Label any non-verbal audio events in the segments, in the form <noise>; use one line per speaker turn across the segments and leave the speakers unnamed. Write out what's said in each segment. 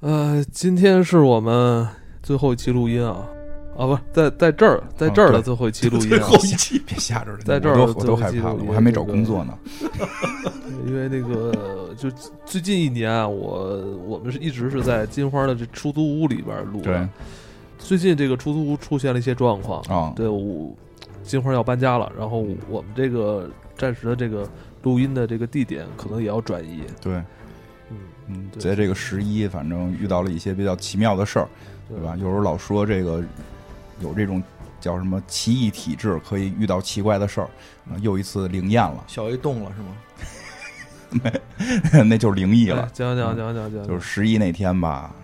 呃，今天是我们最后一期录音啊，啊，不是在在这儿，在这儿的
啊对
最后一期
<laughs>
录音
最
啊，
后一期
别吓着人
在这儿
我
我
都我都害怕
记
了，
录
我还没找工作呢。
因为那个就最近一年啊，我我们是一直是在金花的这出租屋里边录的，
对
最近这个出租屋出现了一些状况，
啊，
对我金花要搬家了，然后我们这个暂时的这个录音的这个地点可能也要转移，
对，
嗯，
嗯，
对
在这个十一，反正遇到了一些比较奇妙的事儿，对吧？？有时候老说这个有这种叫什么奇异体质，可以遇到奇怪的事儿，啊又一次灵验了，
小 A 动了是吗？
<laughs> 那就是灵异了嗯
哎。讲讲讲讲讲，
就是十一那天吧，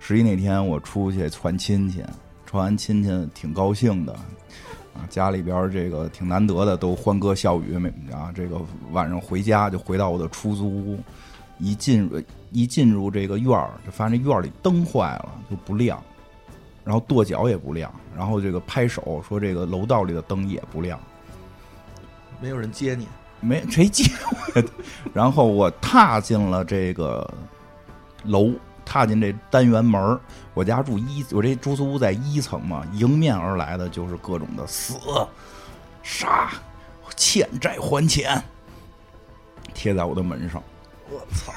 十一那天我出去串亲戚，串完亲戚挺高兴的，啊，家里边儿这个挺难得的，都欢歌笑语，没啊，这个晚上回家就回到我的出租屋，一进入一进入这个院儿，就发现这院儿里灯坏了，就不亮。然后跺脚也不亮，然后这个拍手说这个楼道里的灯也不亮，
没有人接你，
没谁接我呀。然后我踏进了这个楼，踏进这单元门儿我家住一，我这住宿屋在一层嘛，迎面而来的就是各种的死、杀、欠债还钱，贴在我的门上。
我操！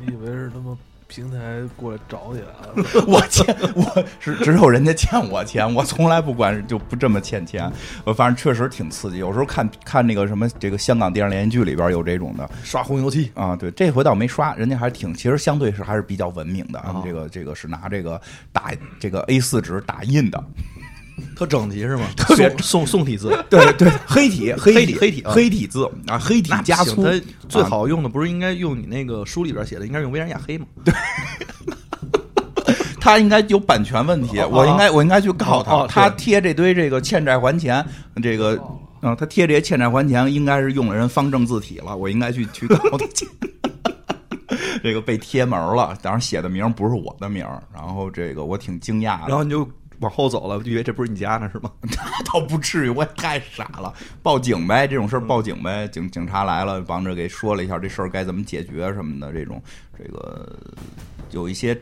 你以为是他妈平台过来找你来啊
<laughs>
了？
我欠我是只有人家欠我钱，我从来不管就不这么欠钱。我反正确实挺刺激，有时候看看那个什么这个香港电视连续剧里边有这种的，
刷红油漆，
啊，对，这回倒没刷，人家还挺，其实相对是还是比较文明的。
哦
啊，这个这个是拿这个打这个 A 四纸打印的，
<laughs> 特整齐是吗？
特别
宋宋宋体字，
对对，黑体
黑
体
体黑体啊
黑体字啊，黑体
<laughs> 那
加
不
粗
行，它最
啊
好用的不是应该用你那个书里边写的，应该用维然亚黑吗？
他应该有版权问题，
哦
我应该我应该去告
哦
他
哦。对哦
他贴这堆这个欠债还钱，这个嗯，他贴这些欠债还钱，应该是用了人方正字体了，我应该去去告他。 <laughs> 这个被贴门了，当然写的名不是我的名儿，然后这个我挺惊讶的。
然后你就往后走了，以为这不是你家呢是吗？
<laughs> 倒不至于，我也太傻了，报警呗，这种
嗯
事儿报警呗，警警察来了，帮着给说了一下这事儿该怎么解决什么的，这种这个有一些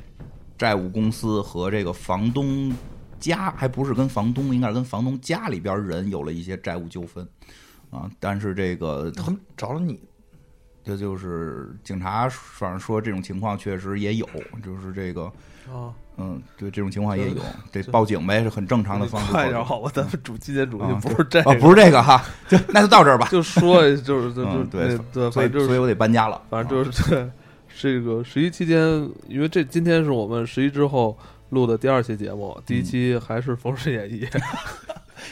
债务公司和这个房东家，还不是跟房东，应该是跟房东家里边人有了一些债务纠纷啊，但是这个
<laughs> 他们找了你，
这就是警察，反正说这种情况确实也有，就是这个。
啊，
嗯，对这种情况也有，得
这
报警呗，是很正常的方式报警。
呃快点好吧，咱们主今天 <laughs> 主题
啊
不是这个，
哦，不是这
<laughs>
个哈，就那就到这儿吧。
就说就是就就
嗯对
那对，
所
反
以
正就是
所以我啊得搬家了。
反正 <laughs> 就是对，这个十一期间，因为这今天是我们十一之后录的第二期节目，
嗯
第一期还是《冯氏演义》 <laughs>
啊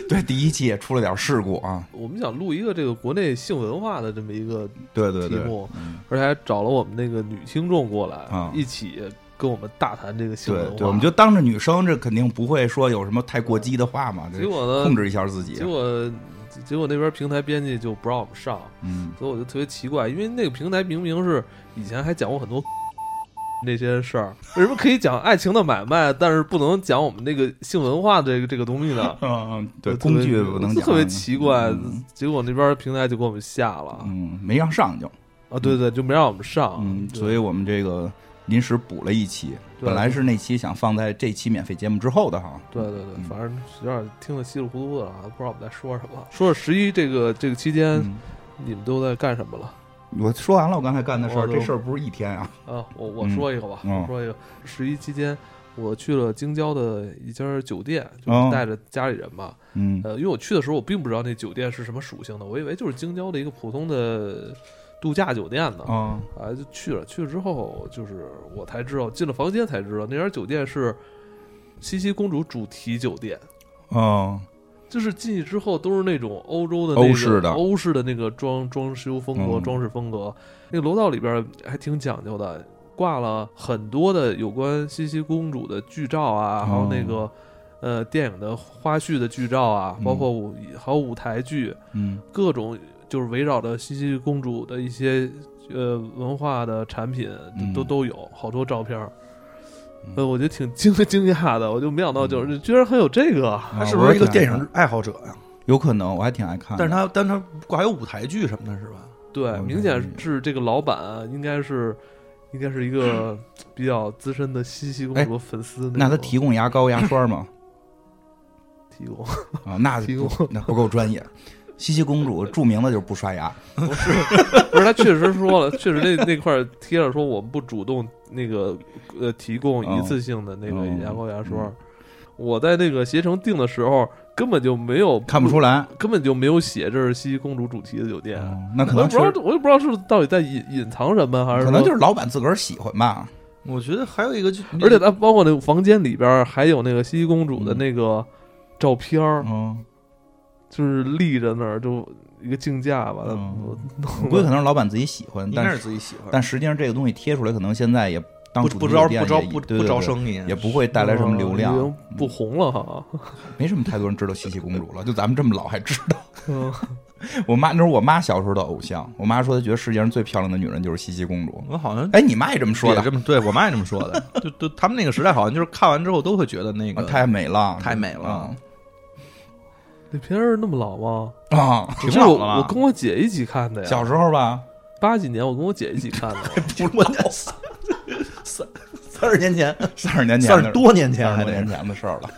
对第一期也出了点事故啊，
我们想录一个这个国内性文化的这么一个
对对
题
对，
目，
嗯
而且还找了我们那个女听众过来，
啊
一起跟我们大谈这个性文
对
化。
对，我们就当着女生，这肯定不会说有什么太过激的话嘛，
结
得
果呢，
控制一下自己
结。果结果那边平台编辑就不让我们上， <laughs>
嗯，
所以我就特别奇怪，因为那个平台明明是以前还讲过很多那些事儿，为什么可以讲爱情的买卖，但是不能讲我们那个性文化这个这个东西呢？
嗯，对，
就特别
<laughs> 工具不能
就
讲，
特别奇怪。
嗯
结果那边平台就给我们下了、
嗯，没让上就，
啊，对对，就没让我们上。
嗯，
对
所以我们这个临时补了一期，
对
本来是那期想放在这期免费节目之后的哈。
对对对，
嗯
反正有点听得稀里糊涂的了啊，不知道我们在说什么。说说十一这个这个期间、
嗯
你们都在干什么了？
我说完了，我刚才干的事
我
儿，这事儿不是一天啊。
啊，我我
嗯
说一个吧，
嗯
我说一个。十一期间，我去了京郊的一家酒店，就
哦
是带着家里人嘛。
嗯
呃，因为我去的时候，我并不知道那酒店是什么属性的，我以为就是京郊的一个普通的度假酒店呢。
啊
啊，就去了，去了之后，就是我才知道，进了房间才知道，那家酒店是茜茜公主主题酒店。
啊，
就是进去之后都是那种欧洲的、那
欧
个、
式的
欧式的那个装装修风格、
嗯
装饰风格。那个楼道里边还挺讲究的，挂了很多的有关茜茜公主的剧照啊，
哦
还有那个呃电影的花絮的剧照啊，
嗯
包括舞还有舞台剧，
嗯
各种就是围绕着茜茜公主的一些呃文化的产品
嗯
都、都有好多照片儿
嗯。
呃，我觉得挺惊惊讶的，我就没想到，就是居然还有这个，
他是不是一个电影爱好者呀？
有可能，我还挺爱看的。
<laughs> 但是他但他还有舞台剧什么的，是吧？
对，
嗯
明显是这个老板啊应该是应该是一
<clears throat>
个比较资深的茜茜公主粉丝种。
哎那他提供牙膏、牙
<laughs>
刷吗？
提供
啊，那
提供
不 <laughs> 那不够专业。茜茜公主著名的就是不刷牙，
不是不是，他确实说了，确实那那块儿贴了说我们不主动那个呃提供一次性的那个
嗯
牙膏牙刷。
哦嗯
我在那个携程订的时候根本就没有
看不出
<laughs>
来。
根本就没有写这是茜茜公主主题的酒店。啊
哦那可
我也
能
不知
确
道
实，，
我也不知道是到底在隐隐藏什么，还是
可能
说
就是老板自个儿喜欢吧。
我觉得还有一个就，
而且它包括那个房间里边儿还有那个茜茜公主的那个照片儿，
嗯，
就是立着那儿，就一个镜架吧，
嗯我
弄
估计
了
可能是老板自己喜欢，
应该
但
是
是
自己喜欢，
但实际上这个东西贴出来，可能现在也当
不
主
不
题
招
酒店
不招
也
不
对
不
对
招
对
生意，
也不会带来什么流量
嗯哦已，经不红了哈。
没什么太多人知道茜茜公主了，就咱们这么老还知道。
嗯，
我妈那是我妈小时候的偶像，我妈说她觉得世界上最漂亮的女人就是茜茜公主。
我好像
哎，你妈也这么说
嗯也
的，
这么对我妈也这么说的， <laughs> 就就他们那个时代好像就是看完之后都会觉得那 <laughs> 个
啊太美了，嗯
太美了
<laughs> 那片儿那么老吗？
啊啊！
挺
是
老
我
了吧
我跟我姐一起看的呀，
小时候吧，
八几年我跟我姐一起看的。
我的 <laughs> 三三三十年前，
<laughs> 三十年前
三
的
十多年前
三十
还
多
得
年，前的事儿了。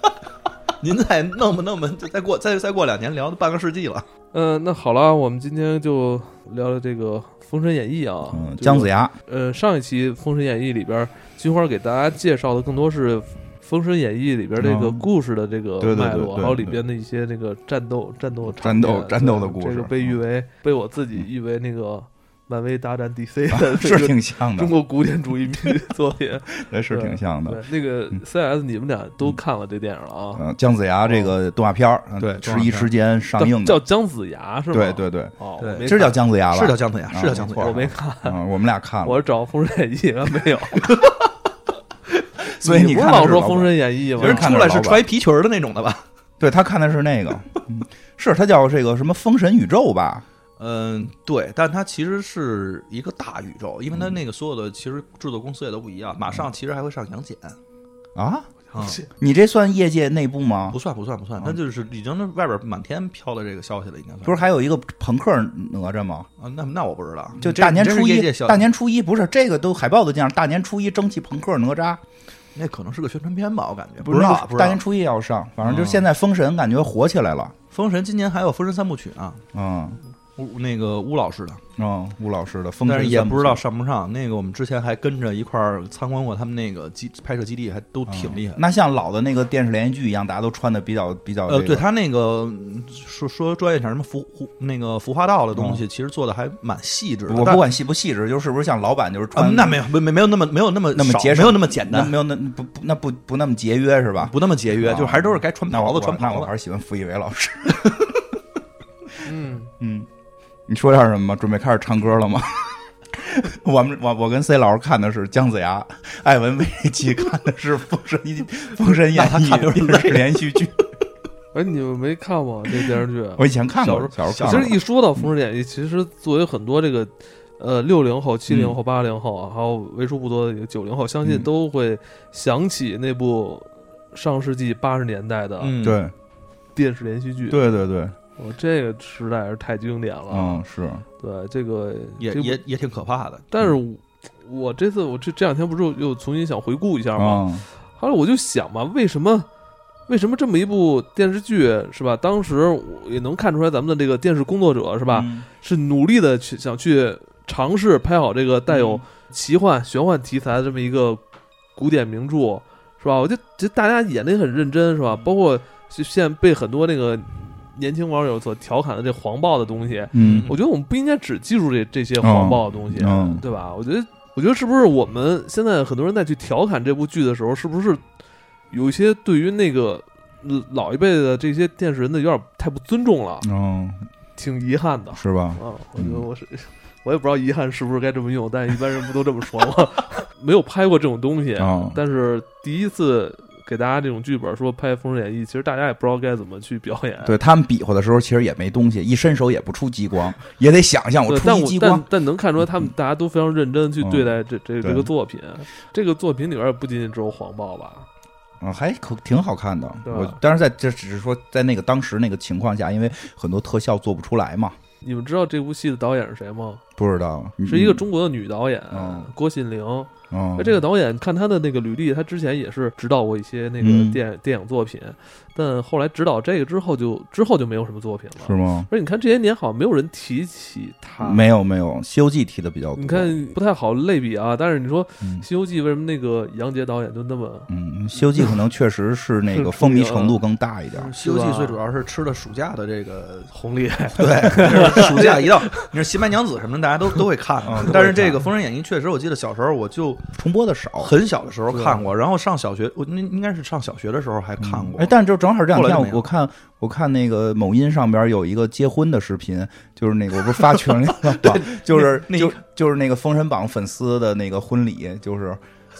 您再弄吧弄吧，就再过再再过两年聊半个世纪了。
嗯、那好了，我们今天就聊聊这个《封神演义》啊，
嗯，
这个
姜子牙，
呃，上一期《封神演义》里边，金花给大家介绍的更多是《封神演义》里边这个
嗯
故事的这个
对对对
脉络，
对
还有
对
里边的一些那个战斗、战斗场
战斗
面
战斗
对
的故
这个
事
被誉
嗯
为被我自己誉为那个漫威大战 DC 的这
嗯啊是
个
挺像的
中，国古典主义民族作品。
对，是挺像的。
对，那个 CS 你们俩都看了这电影了啊？
嗯，姜子牙这个动画片儿，嗯
对动画
十一
片儿
时间上映
叫叫
的，
姜子牙是吗？
对，对对，
哦，
对
我没
今儿叫
看
姜子牙吧？
是叫姜子牙，
啊
是叫姜子
没
牙
我。没看，
嗯，我们俩看了，
我是找《封神演义》没有。
<laughs> 所以
你不是
看的
老
是
说
老
《封
版
神演义》吗？
其实看
出
的
来
是
是
老
穿一皮裙儿的那种的吧？
对他看的是那个，嗯是他叫这个什么《封神宇宙》吧？
嗯，对，但它其实是一个大宇宙，因为它那个所有的其实制作公司也都不一
嗯
样。马上其实还会上杨戬
啊，
啊，
你这算业界内部吗
不？算不算不算，
啊
那就是已经那外边满天飘的这个消息了，应该算
不是还有一个朋克哪吒吗？
啊？那那我不知道，
就
你这
大年
你这是
初
业
一
界，消
大年初一不是这个都海报都这样，大年初一蒸汽朋克哪吒，
那可能是个宣传片吧，我感觉
是
知
那
道
个
不知
大
道
年。初一要上，反正就
嗯
是现在封神感觉火起来了，
封神今年还有封神三部曲呢，
嗯
吴那个吴老师的，
嗯，吴老师的封神
但
三
是
部曲，
也不知道上不上。那个我们之前还跟着一块儿参观过他们那个基拍摄基地，还都挺厉害的。
嗯那像老的那个电视连续剧一样，大家都穿的比较比较、这个、
呃，对他那个嗯说说专业点儿什么服服那个服化道的东西，其实做的还蛮细致的。
嗯我
呃但
不管细不细致，就是不是像老板就是
啊
穿、，
那没有没没没有那么没有那么
那么
少
节
没
省
有那么简
那
单，
没有那不不那不不那么节约是吧？
不那么节约，
啊
就还都是该穿
那我
袍
我
嗯子穿
那我
袍子。
还是喜欢傅艺伟老师。
嗯，
嗯，你说点什么？准备开始唱歌了吗？ <laughs> 我们我我跟 C 老师看的是姜子牙，艾文为一期看的是《封神一封神演
那他
义
看的》是
电视连续剧。
哎，你们没看过这电视剧？
我以前看过，
小
小时候
其
看
实
过。
一说到《封神演义》，其实作为很多这个呃六零后、七零后、八零后啊，还有为数不多的九零后，相信
嗯
都会想起那部上世纪八十年代的
嗯，，
对
电视连续剧。
对对对，
我、这个实在是太经典了。
嗯是，
对，这个
也
这部
也也挺可怕的。
但是
嗯
我。我这次我这这两天不是又重新想回顾一下吗？
嗯
后来我就想嘛，为什么，为什么这么一部电视剧是吧？当时我也能看出来咱们的这个电视工作者是吧，
嗯
是努力的去想去尝试拍好这个带有
嗯
奇幻、玄幻题材的这么一个古典名著，是吧？我就觉得大家演的也很认真，是吧？
嗯
包括现现在被很多那个年轻网友所调侃的这黄暴的东西，
嗯
我觉得我们不应该只记住这这些黄暴的东西，
嗯嗯
对吧？我觉得，我觉得是不是我们现在很多人在去调侃这部剧的时候，是不是有一些对于那个嗯老一辈的这些电视人的有点太不尊重了，
嗯
挺遗憾的。
是吧？
啊，我觉
嗯
得我是，我也不知道遗憾是不是该这么用，但是一般人不都这么说吗？ <laughs> 没有拍过这种东西，
啊
但是第一次给大家这种剧本说拍《封神演义》，其实大家也不知道该怎么去表演。
对他们比划的时候，其实也没东西，一伸手也不出激光，也得想象我
对，
出
但
一
我
激光
但。但能看出来，他们大家都非常认真去
嗯
对待这、这这个
对
作品。这个作品里边也不仅仅只有黄暴吧？
嗯，还可挺好看的。
对吧啊
我当然在这只是说在那个当时那个情况下，因为很多特效做不出来嘛，
你们知道这部戏的导演是谁吗？
不知道
是一个，中国的女导演
嗯
郭信玲。
嗯，
那这个导演看她的那个履历，她之前也是指导过一些那个
嗯
电电影作品，但后来指导这个之后就之后就没有什么作品了。
是吗？
而且你看这些年好像没有人提起她，
没有没有，《西游记》提的比较多。
啊你看不太好类比啊。但是你说《
嗯，
西游记》为什么那个杨洁导演就那么？
嗯，《西游记》可能确实是那
是
个风靡
出名
程度更大一点
《
儿。
西游记
是吧》
最主要是吃了暑假的这个
红利，
<laughs> 对，暑假一到，你说《新白娘子》什么的，大家都都会看
嗯都会。
但是这
看
个《封神演义》确实，我记得小时候我就
重播的少。
很小的时候看过，然后上小学，我那应该是上小学的时候还看过
哎，。但就正好这两
后来
天
就
我
没有
我看我看那个某音上边有一个结婚的视频，就是那个我不是发群里
<laughs>
了吗？就是
那那
就就是那个《封神榜》粉丝的那个婚礼，就是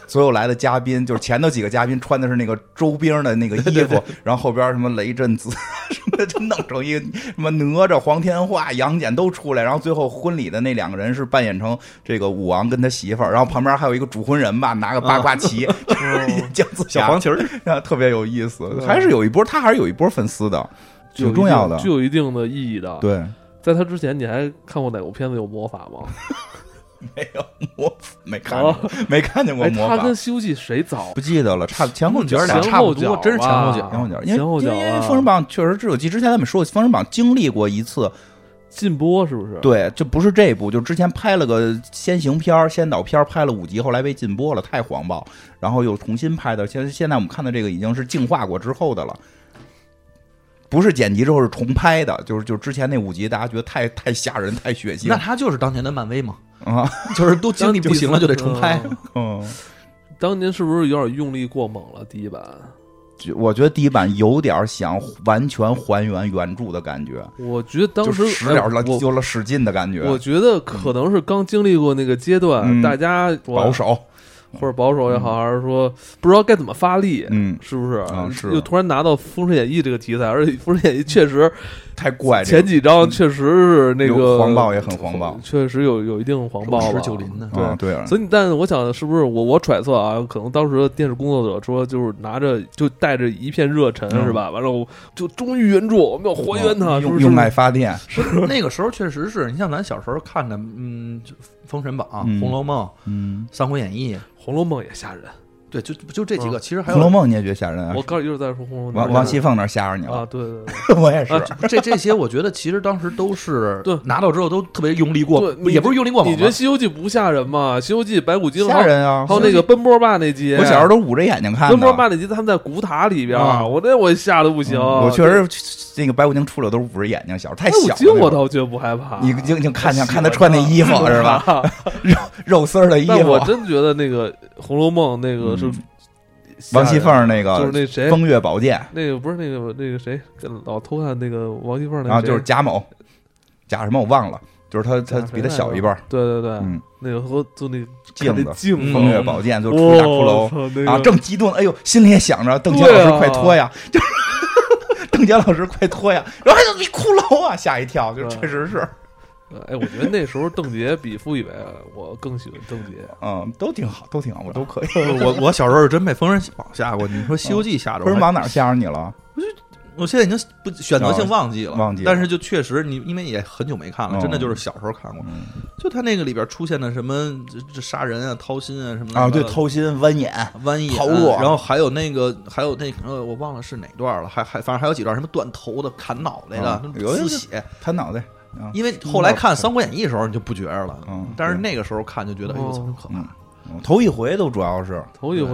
所有来的嘉宾，就是前头几个嘉宾穿的是那个周兵的那
<laughs>
个衣服，然后后边什么雷震子 <laughs> 什么的，就弄成一个什么哪吒、黄天化、杨戬都出来，然后最后婚礼的那两个人是扮演成这个武王跟他媳妇儿，然后旁边还有一个主婚人吧，拿个八卦旗， <laughs> 姜子
小
牙
黄旗儿，
啊，特别有意思，
对
还是有一波，他还是有一波粉丝的，
<laughs> 具有
挺重要的
一定具嗯有一定的意义的。，
对，
在他之前，你还看过哪部片子有魔法吗？
没有魔没看见过，没看见过
哎，
魔
他
法
跟《西游记》谁早？
不记得了，差前后脚
觉得俩
俩
前
差不
后
多，
脚吧，啊
真是前后脚
前后脚，因为
前后脚
因为因为
啊
《封神榜》确实只有记之前咱们说过，《封神榜》经历过一次，
禁播是不是？，
对，就不是这一部，就之前拍了个先行片儿、先导片儿，拍了五集，后来被禁播了，太黄暴，然后又重新拍的。现在现在我们看的这个已经是净化过之后的了。不是剪辑之后是重拍的，就是就是之前那五集，大家觉得太太吓人、太血腥
<laughs> 那他就是当年的漫威嘛，
啊，
就是都经历不行了就得重拍。
嗯
嗯，
当年是不是有点用力过猛了？第一版，
就我觉得第一版有点想完全还原原著的感觉，
我觉得当
就
时
使点了
哎我
就了使劲的感觉，
我觉得可能是刚经历过那个阶段，
嗯
大家
保守，
或者保守也好，还是说不知道该怎么发力，
嗯，
是不是？
啊是
又突然拿到《封神演义》这个题材，而且《封神演义》确实
太怪这嗯
前几章确实是那个
有黄暴也很黄暴
确实有有一定黄
<laughs>
暴吧。
十九林的，
个啊，对啊，
所以，但是我想，是不是我我揣测啊？可能当时的电视工作者说，就是拿着就带着一片热忱，
嗯
是吧？完了，我就忠于原著，我们要还原它，是不
用
是？
用爱发电，
<laughs> 那个时候确实是你像咱小时候看的，嗯，就《封神榜》
嗯
《红楼梦》《
嗯，
三国演义》，
《红楼梦》也吓人。
对，就就这几个，
嗯
其实
《
还
红楼
有
梦》你也觉得吓人啊
我？刚一会儿再说《红楼梦》。
王王熙凤那儿吓着你
啊，
了，
对对对，
<laughs> 我也是
啊，
<laughs> 这这些，我觉得其实当时都是
对
拿到之后都特别用力过
对，你
也不是用力过猛
你觉得《
吧，
西游记》不吓人吗？《西游记》白骨精，
吓人啊！
还有那个奔波霸那集，
我小时候都捂着眼睛看
奔波
的，
霸那集，他们在古塔里边，
啊
我那我吓得不行。
嗯我确实那个白骨精出来都是捂着眼睛，小时候太
白
小
骨
了
精
那
哎我
会儿。
倒觉得不害怕，
你已经看想看他穿那衣服
<laughs>
是吧？
吧？
肉丝儿的衣
但我
<laughs> 服，
真觉得那个《红楼梦》那个是
嗯王熙凤啊那
啊就是
个
那谁，
风月宝剑
那个不是那个那个谁，跟老偷看那个王熙凤那
啊，
谁
就是贾某，贾什么我忘了，就是他
贾
他比
谁来
他小一
着
辈儿，
对对对，
嗯，
那个和就那个
镜
看那
子
镜哦
嗯
风
风
月
月
宝剑就
哇
是出大骷
我
髅
操那个
啊，正激动，哎呦，心里也想着邓杰
对
老
啊
师快脱呀，就是 <laughs> 邓杰老师快脱呀，然后哎呦你骷髅啊，吓一跳，就
对
确实是，
哎，我觉得那时候邓婕比傅艺伟，我更喜欢邓婕。
嗯，都挺好，都挺好，我都可以。
<laughs> 我我小时候是真被《封神榜》吓过，你说《西游记》吓着
不
我
是
还，
往哪儿吓着你了？
我现在已经不选择性哦忘记了，哦
啊忘记了
但是就确实你因为也很久没看了，
嗯
真的就是小时候看过，
嗯
就他那个里边出现的什么这这杀人啊、掏心啊什么的
啊，对，偷心弯眼，
弯眼，
套路啊
然后还有那个，还有那个，呃我忘了是哪段了，还还反正还有几段什么断头的、砍脑袋的
啊、有
滋血。
弹脑袋，
因为后来看《三国演义》的时候，你就不觉着了，
嗯，
但是那个时候看就觉得，哎呦，
哦
怎么可
嗯
怕？
嗯头一回都主要是，
头一回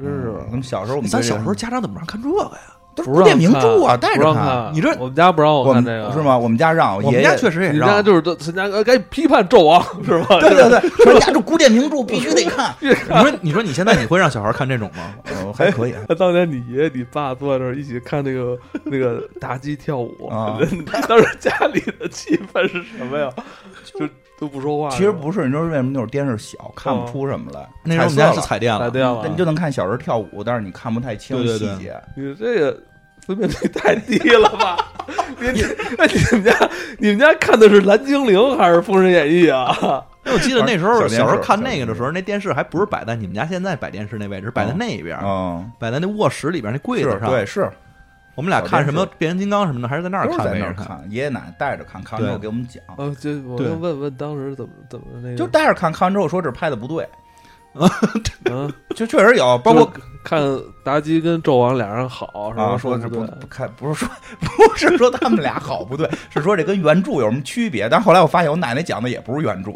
真是啊
嗯，咱们小时候我们
咱
对这
小时候家长怎么让看这个呀？
都是
不
古
让
典名著啊，
看
带
不让
着
看。
你这
我们家不让
我
我看这个
们是？吗？我们家让
我
爷
们
爷
家确实也
你们家
让，
就是都，人家该批判纣王是吧？
<laughs> 对对
<laughs>
对，说人家这古典名著必须得看，
<laughs> 你说你说你现在你会让小孩看这种吗？
哦还可以。
对。当年你爷爷你爸坐在那儿一起看那个那个妲己跳舞
啊，
<laughs> 当时家里的气氛是什么呀？就都不说话。
其实
是吧
不是，你知道为什么？就是电视小，看不出什么来。
那时候我们
彩
家
色
是
了
彩电
打
了，
电话
啊嗯但，你就能看小人跳舞，但是你看不太清
对对
细
对
节。
你这个分辨率太低了吧？你哎你们家你们家看的是《蓝精灵》还是《封神演义》啊？
因为我记得那时候
<laughs> 小电视
小时候看那个的时候，那电视还不是摆在你们家现在摆电视那位置，摆在那边，
嗯，
摆在那卧室里边那柜
是
子上。
对，是
我们俩
小
看
电
什么
视
变形金刚什么的，还是在那儿
都是
看
在
没
那
人
儿看，爷爷奶奶带着看，看完之后给我们讲，
啊，就我
对
就问问当时怎么怎么那个，
就带着看，看完之后说这拍的不对，
嗯，
就确实有，包括
就是看妲己跟纣王俩人好，是吧？
啊，说
是
这不
对
不看，不是说 <laughs> 不是说他们俩好不对，是说这跟原著有什么区别。但是后来我发现我奶奶讲的也不是原著，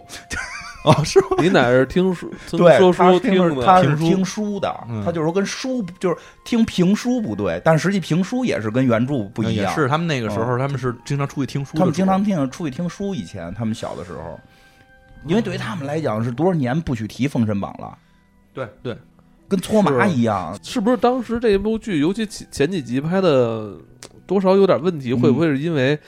哦，是吗？
你奶是听 <laughs> 书，听
对，
说
她
书
是听
的，
她是
评书
听书的，
嗯
她就是说跟书就是听评书不对，但实际评书也是跟原著不一
嗯也
样。哦
是他们那个时候，他们是经常出去听书的主，
他们经常听出去听书，以前他们小的时候，因为对于他们来讲是多少年不许提《封神榜》了，
对对，
跟搓麻一样。
是不是当时这一部剧，尤其前前几集拍的多少有点问题？
嗯
会不会是因为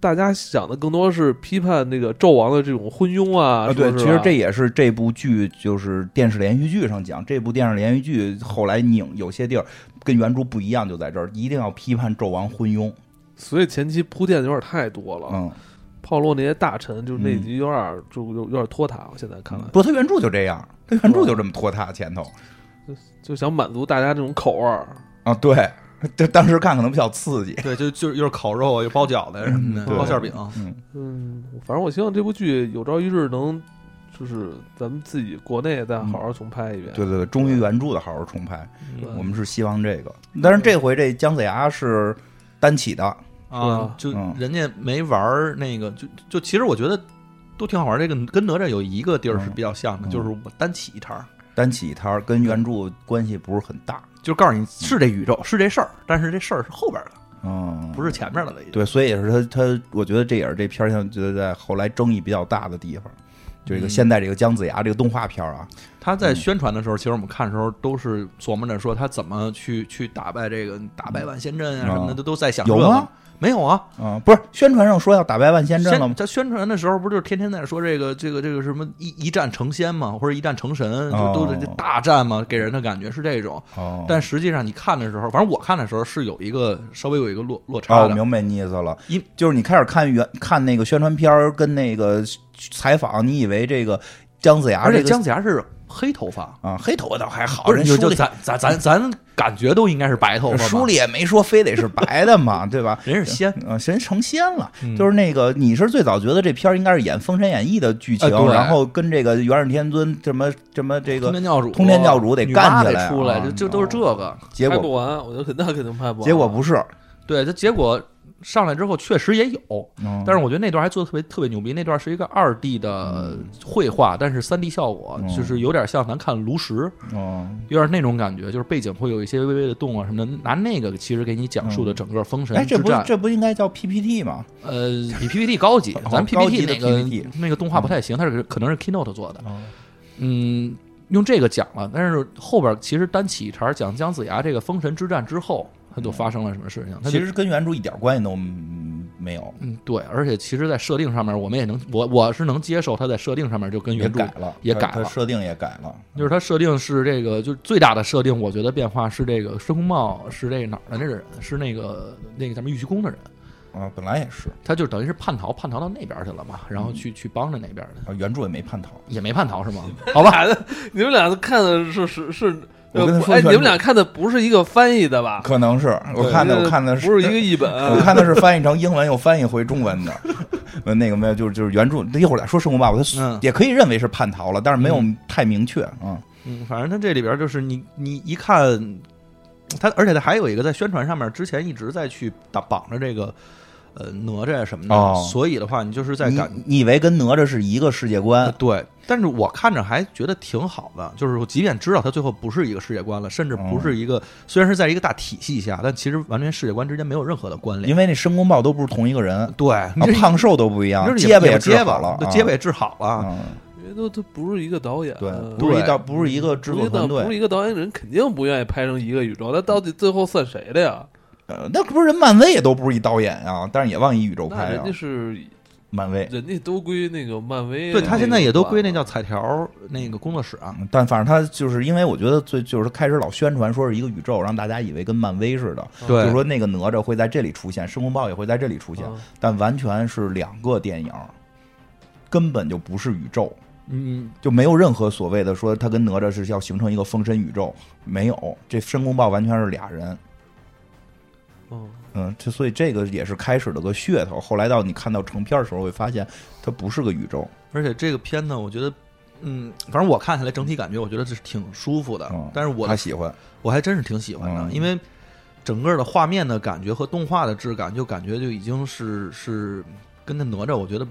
大家想的更多是批判那个纣王的这种昏庸啊？
对，
说
其
是吧
实这也是这部剧，就是电视连续剧上讲，这部电视连续剧后来拧有些地儿跟原著不一样，就在这儿一定要批判纣王昏庸。
所以前期铺垫有点太多了。
嗯，
炮烙那些大臣，就是那
嗯
集有点儿就有有点拖沓。我现在看来
不，过他原著就这样，他原著就这么拖沓前头
就想满足大家这种口味儿。
啊。对， <laughs> 这当时看可能比较刺激。
对，就就是又是烤肉啊，又包饺子呀什么的，
对
包馅儿饼。
嗯，
嗯，反正我希望这部剧有朝一日能，就是咱们自己国内再好好重拍一遍。
对对对，忠于原著的好好重拍，
对
嗯
我们是希望这个。但是这回这姜子牙是单起的，
啊，就
嗯
人家没玩儿那个，就就其实我觉得都挺好玩儿。这个跟哪吒有一个地儿是比较像的，
嗯
就是我单起一摊儿，
单起一摊儿跟原著关系不是很大。
就告诉你是这宇宙是这事儿，但是这事儿是后边儿的，
嗯，
不是前面儿的了。已经，
对，所以也是他他，我觉得这也是这片儿现在觉得在后来争议比较大的地方，就这个
嗯
现在这个姜子牙这个动画片儿啊，
他在
嗯
宣传的时候，其实我们看的时候都是琢磨着说他怎么去去打败这个打败万仙阵啊什么的，
嗯
都都在想
有
这个
吗？
没有啊，
嗯，不是宣传上说要打败万仙阵了
宣
吗？
他宣传的时候不就是天天在说这个这个这个什么一一战成仙嘛，或者一战成神，
哦
就都是这大战嘛，给人的感觉是这种。
哦，
但实际上你看的时候，反正我看的时候是有一个稍微有一个落落
哦，
差
我
的。
明白你意思了
因，
就是你开始看原看那个宣传片儿跟那个采访，你以为这个姜子牙、
而且
这个
姜子牙是黑头发，
啊黑头发倒还好，
不是
人
就
书
就
里
咱咱咱咱感觉都应该是白头发吧，
书里也没说非得是白的嘛， <laughs> 对吧？
人是仙，
啊，神成仙了，
嗯
就是那个你是最早觉得这片儿应该是演《封神演义》的剧情
哎，对
然后跟这个元始天尊什么什么这
通
个，
天教主，
通天教主得
女娲
干起来
得出来，
啊
就就都是这个。
结
拍
果
不完，我觉得肯那肯定拍不完。
结果不是，
对，这结果上来之后确实也有，
但
嗯但是我觉得那段还做的特别特别牛逼，那段是一个二 D 的绘画，但是三 D 效果，
嗯
就是有点像咱看炉石，
嗯，
有点那种感觉，就是背景会有一些微微的动啊什么的，拿那个其实给你讲述的整个封神
哎，
之
这不
战，
这不应该叫 PPT 吗？，
呃，比 PPT 高级咱
哦高级
PPT
的
那个
PPT
那个动画不太行，它是可能是 Keynote 做的，
哦
嗯，用这个讲了，但是后边其实单起一茬讲姜子牙这个封神之战之后，他就发生了什么事情，他就
其实跟原著一点关系都嗯没有，
嗯，对，而且其实，在设定上面，我们也能，我我是能接受他在设定上面就跟
也
原著
改了，
也
它
改
它
了
设定也改了，
就是他设定是这个，就是最大的设定，我觉得变化是这个申公豹是这个哪儿的那人，是那个那个咱们玉虚宫的人，
啊，本来也是，
他就等于是叛逃，叛逃到那边去了嘛，然
嗯
后去去帮着那边的，
啊原著也没叛逃，
也没叛逃是吗？好
<laughs>
吧，
俩的，哎你们俩看的是是是，
我
呃
跟他
不
说
哎，
全
你们
部
俩看的不是一个翻译的吧？
可能是我看的
这
我看的
不是一
<laughs>
个译本，
啊
我看的是翻译成英文又翻译回中文的，呃那个没有，就是就是原著。一会儿再说《申公豹》，它
嗯
也可以认为是叛逃了，但是没有太明确啊。
嗯，反正他这里边就是你你一看他，而且他还有一个在宣传上面之前一直在去打绑着这个呃哪吒什么的，
哦
所以的话，你就是在
你
感
你以为跟哪吒是一个世界观
呃，对，但是我看着还觉得挺好的，就是我即便知道它最后不是一个世界观了，甚至不
哦
是一个，虽然是在一个大体系下，但其实完全世界观之间没有任何的关联。
因为那申公豹都不是同一个人，啊
对，嗯你这
胖瘦都不一
你
样，
这
结巴
也
治好
结巴
了，
对
啊
结巴也治好了。
嗯，
因为都他不是一个导演，
对
嗯，
不是一
对
道不是一个制
不是
作
一个
团
不是
队，
一个导演人，肯定不愿意拍成一个宇宙。那到底最后算谁的呀？
呃那不是人漫威也都不是一导演啊，但是也往一宇宙
那
拍
人
啊
家，是
漫威。
人家都归那个漫威，
对他现在也都归那叫彩条那个工作室啊，
嗯但反正他就是因为我觉得最就是开始老宣传说是一个宇宙，让大家以为跟漫威似的，
对
就说那个哪吒会在这里出现，申公豹也会在这里出
管
现
啊了，啊
但完全是两个电影，根本就不是宇宙，
嗯，
就没有任何所谓的说他跟哪吒是要形成一个封神宇宙，没有，这申公豹完全是俩人。
嗯，
嗯，这所以这个也是开始的个噱头。后来到你看到成片儿的时候，会发现它不是个宇宙。
而且这个片呢，我觉得，嗯，反正我看下来整体感觉，我觉得这是挺舒服的。
嗯，
呃但是我
他喜欢，
我还真是挺喜欢的，
嗯
因为整个的画面的感觉和动画的质感，就感觉就已经是是跟那哪吒，我觉得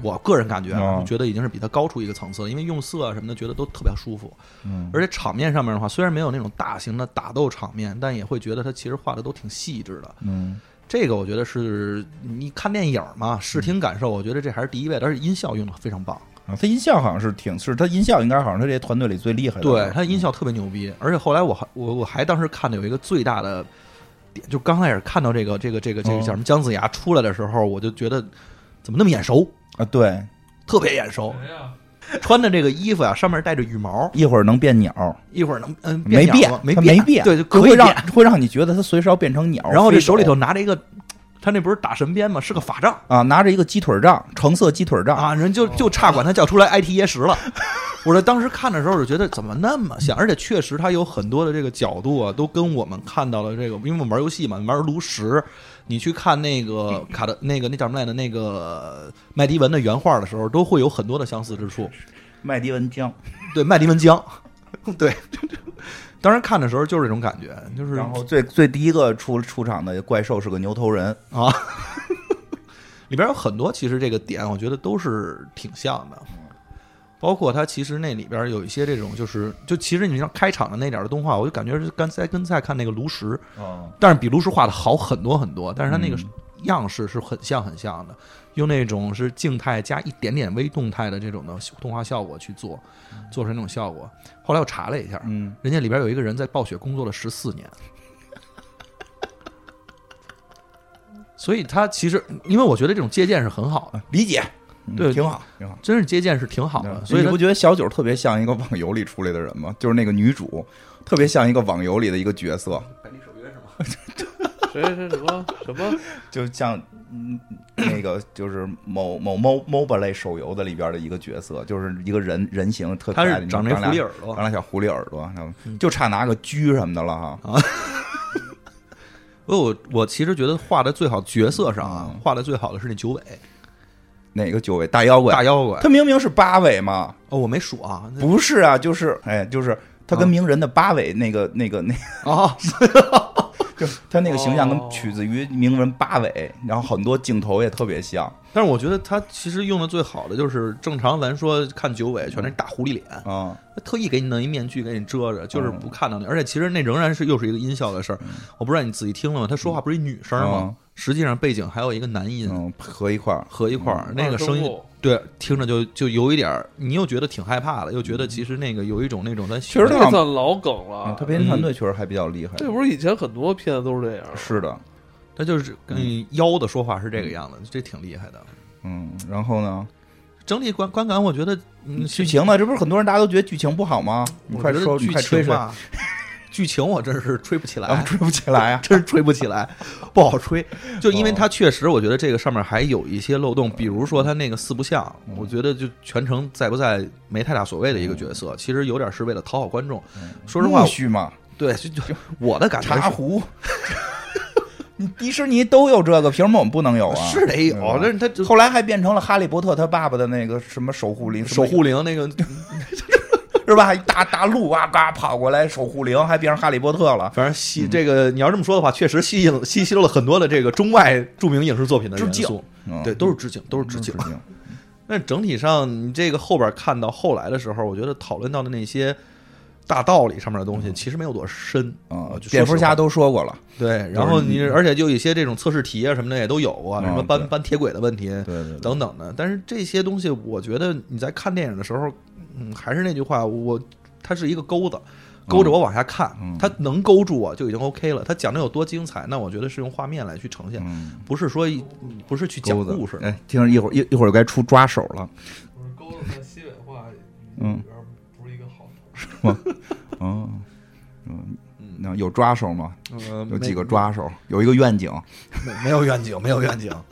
我个人感觉啊，
嗯
我觉得已经是比它高出一个层次了，因为用色啊什么的，觉得都特别舒服。
嗯，
而且场面上面的话，虽然没有那种大型的打斗场面，但也会觉得它其实画的都挺细致的。
嗯
这个我觉得是你看电影嘛，视
嗯
听感受，我觉得这还是第一位的，而且音效用的非常棒，
啊，他音效好像是挺，是他音效应该好像是这些团队里最厉害的。嗯
对，它音效特别牛逼。而且后来我还我我还当时看的有一个最大的点，就刚开始看到这个这个这个这个
嗯
叫什么姜子牙出来的时候，我就觉得怎么那么眼熟，
啊，对，
特别
<laughs>
眼熟，穿的这个衣服呀、上面带着羽毛，
一会儿能变鸟，
一会儿能嗯
没
变
变
鸟吗，没
它
变，
没变
对，就
可
可以
会让
变
会让你觉得他随时要变成鸟。
然后这
飞走
手里头拿着一个，他那不是打神鞭吗？是个法杖
啊，拿着一个鸡腿杖，橙色鸡腿杖，
啊！人就就差管他叫出来 IT 耶什了。我这当时看的时候就觉得怎么那么像，而且确实他有很多的这个角度啊，都跟我们看到的这个，因为我们玩游戏嘛，玩炉石，你去看那个卡的那个那叫什么来着？那个麦迪文的原画的时候，都会有很多的相似之处。
麦迪文江，
对，麦迪文江，对，当时看的时候就是这种感觉，就是
然后最最第一个出出场的怪兽是个牛头人，
啊，里边有很多其实这个点，我觉得都是挺像的，包括它其实那里边有一些这种就是就其实你像开场的那点儿的动画，我就感觉是刚才跟在看那个炉石，
哦，
但是比炉石画的好很多很多，但是它那个
嗯
样式是很像很像的，用那种是静态加一点点微动态的这种的动画效果去做，做成那种效果。后来我查了一下，
嗯，
人家里边有一个人在暴雪工作了十四年，所以他其实，因为我觉得这种借鉴是很好的，
理解，嗯
对
挺好，挺好。
真是借鉴是挺好的，
对
所
嗯
以
你
他
不觉得小九特别像一个网游里出来的人吗？就是那个女主，特别像一个网游里的一个角色，
谁谁什么什么
就像嗯那个就是某某某 MOBA 类手游的里边的一个角色，就是一个人人形特可
他
爱的
是
那
长
种
这
长
狐狸
俩
耳朵
长，俩小狐狸耳朵，然后
嗯
就差拿个狙什么的了哈。
啊所以我我其实觉得画的最好角色上啊，
嗯
画的最好的是那九尾
哪个九尾大妖怪
大？妖怪，
他明明是八尾嘛，
哦，我没
<laughs>
数啊，
不是啊，就是哎，就是他跟
啊
鸣人的八尾那个那个那
啊，
就他那个形
哦
象跟取自于名人八尾，然后很多镜头也特别像
但是我觉得他其实用的最好的就是正常咱说看九尾全是大狐狸脸，
啊。
他特意给你弄一面具给你遮着，就是
嗯
不看到你。而且其实那仍然是又是一个音效的事儿。我不知道你仔细听了吗？他说话不是一女声吗？
嗯
实际上背景还有一个男音、
嗯，合一块儿，
合一块儿， <laughs> 那个声
二
音
声部
对，听着就就有一点儿，你又觉得挺害怕的，又觉得其实那个有一种那种咱
嗯确实
这
他
个算老梗
啊
嗯
了，，
他配音团队确实还比较厉害。
这不是以前很多片子都是这样，
是的，
他就是嗯妖的说话是这个样子，这挺厉害的。
嗯，然后呢，
整体观观感，我觉得嗯，
剧情呢？这不是很多人大家都觉得剧情不好吗？你
我
快
觉得
说，你
剧
快吹
情
吹，
吧，哎剧情我真是吹不起来，
啊吹不起来啊。
<laughs> 真是吹不起来，不好吹。就因为
哦
它确实，我觉得这个上面还有一些漏洞，比如说它那个四不像，我觉得就全程在不在没太大所谓的一个角色，其实有点是为了讨好观众。说实话
木，须嘛，
对，就就我的感觉
茶
是
壶， <laughs> 你迪士尼都有这个，凭什么我们不能有啊？
是得有
对吧，
但是他就
后来还变成了哈利波特他爸爸的那个什么守护灵，
守护
<laughs>
灵那个，
是吧？一大大鹿啊，嘎跑过来守护灵，还变成哈利波特了。
反正吸这个你要这么说的话，确实吸引吸吸收了很多的这个中外著名影视作品的元
致敬
素，
嗯
对，，都是致敬，都是致敬。但整体上，你这个后边看到后来的时候，我觉得讨论到的那些大道理上面的东西，其实没有多深
嗯啊
就说，实
蝙蝠
话
侠都说过了，
对，然后你而且就有一些这种测试题啊什么的也都有啊，
嗯
什么搬
对
搬铁轨的问题
对对
等等的。但是这些东西，我觉得你在看电影的时候，嗯，还是那句话，我它是一个钩子，勾着我往下看，
嗯
它能勾住我就已经 OK 了。它讲的有多精彩，那我觉得是用画面来去呈现，
嗯，
不是说一不是去讲
钩子
故事。
哎，听着一会儿一一会儿该出抓手了，
不是钩子和西北话
嗯里
边不是一个好
嗯嗯，那有抓手吗？
嗯
有几
没
个抓手，有一个愿景，
没没有愿景，没有愿景。 <laughs>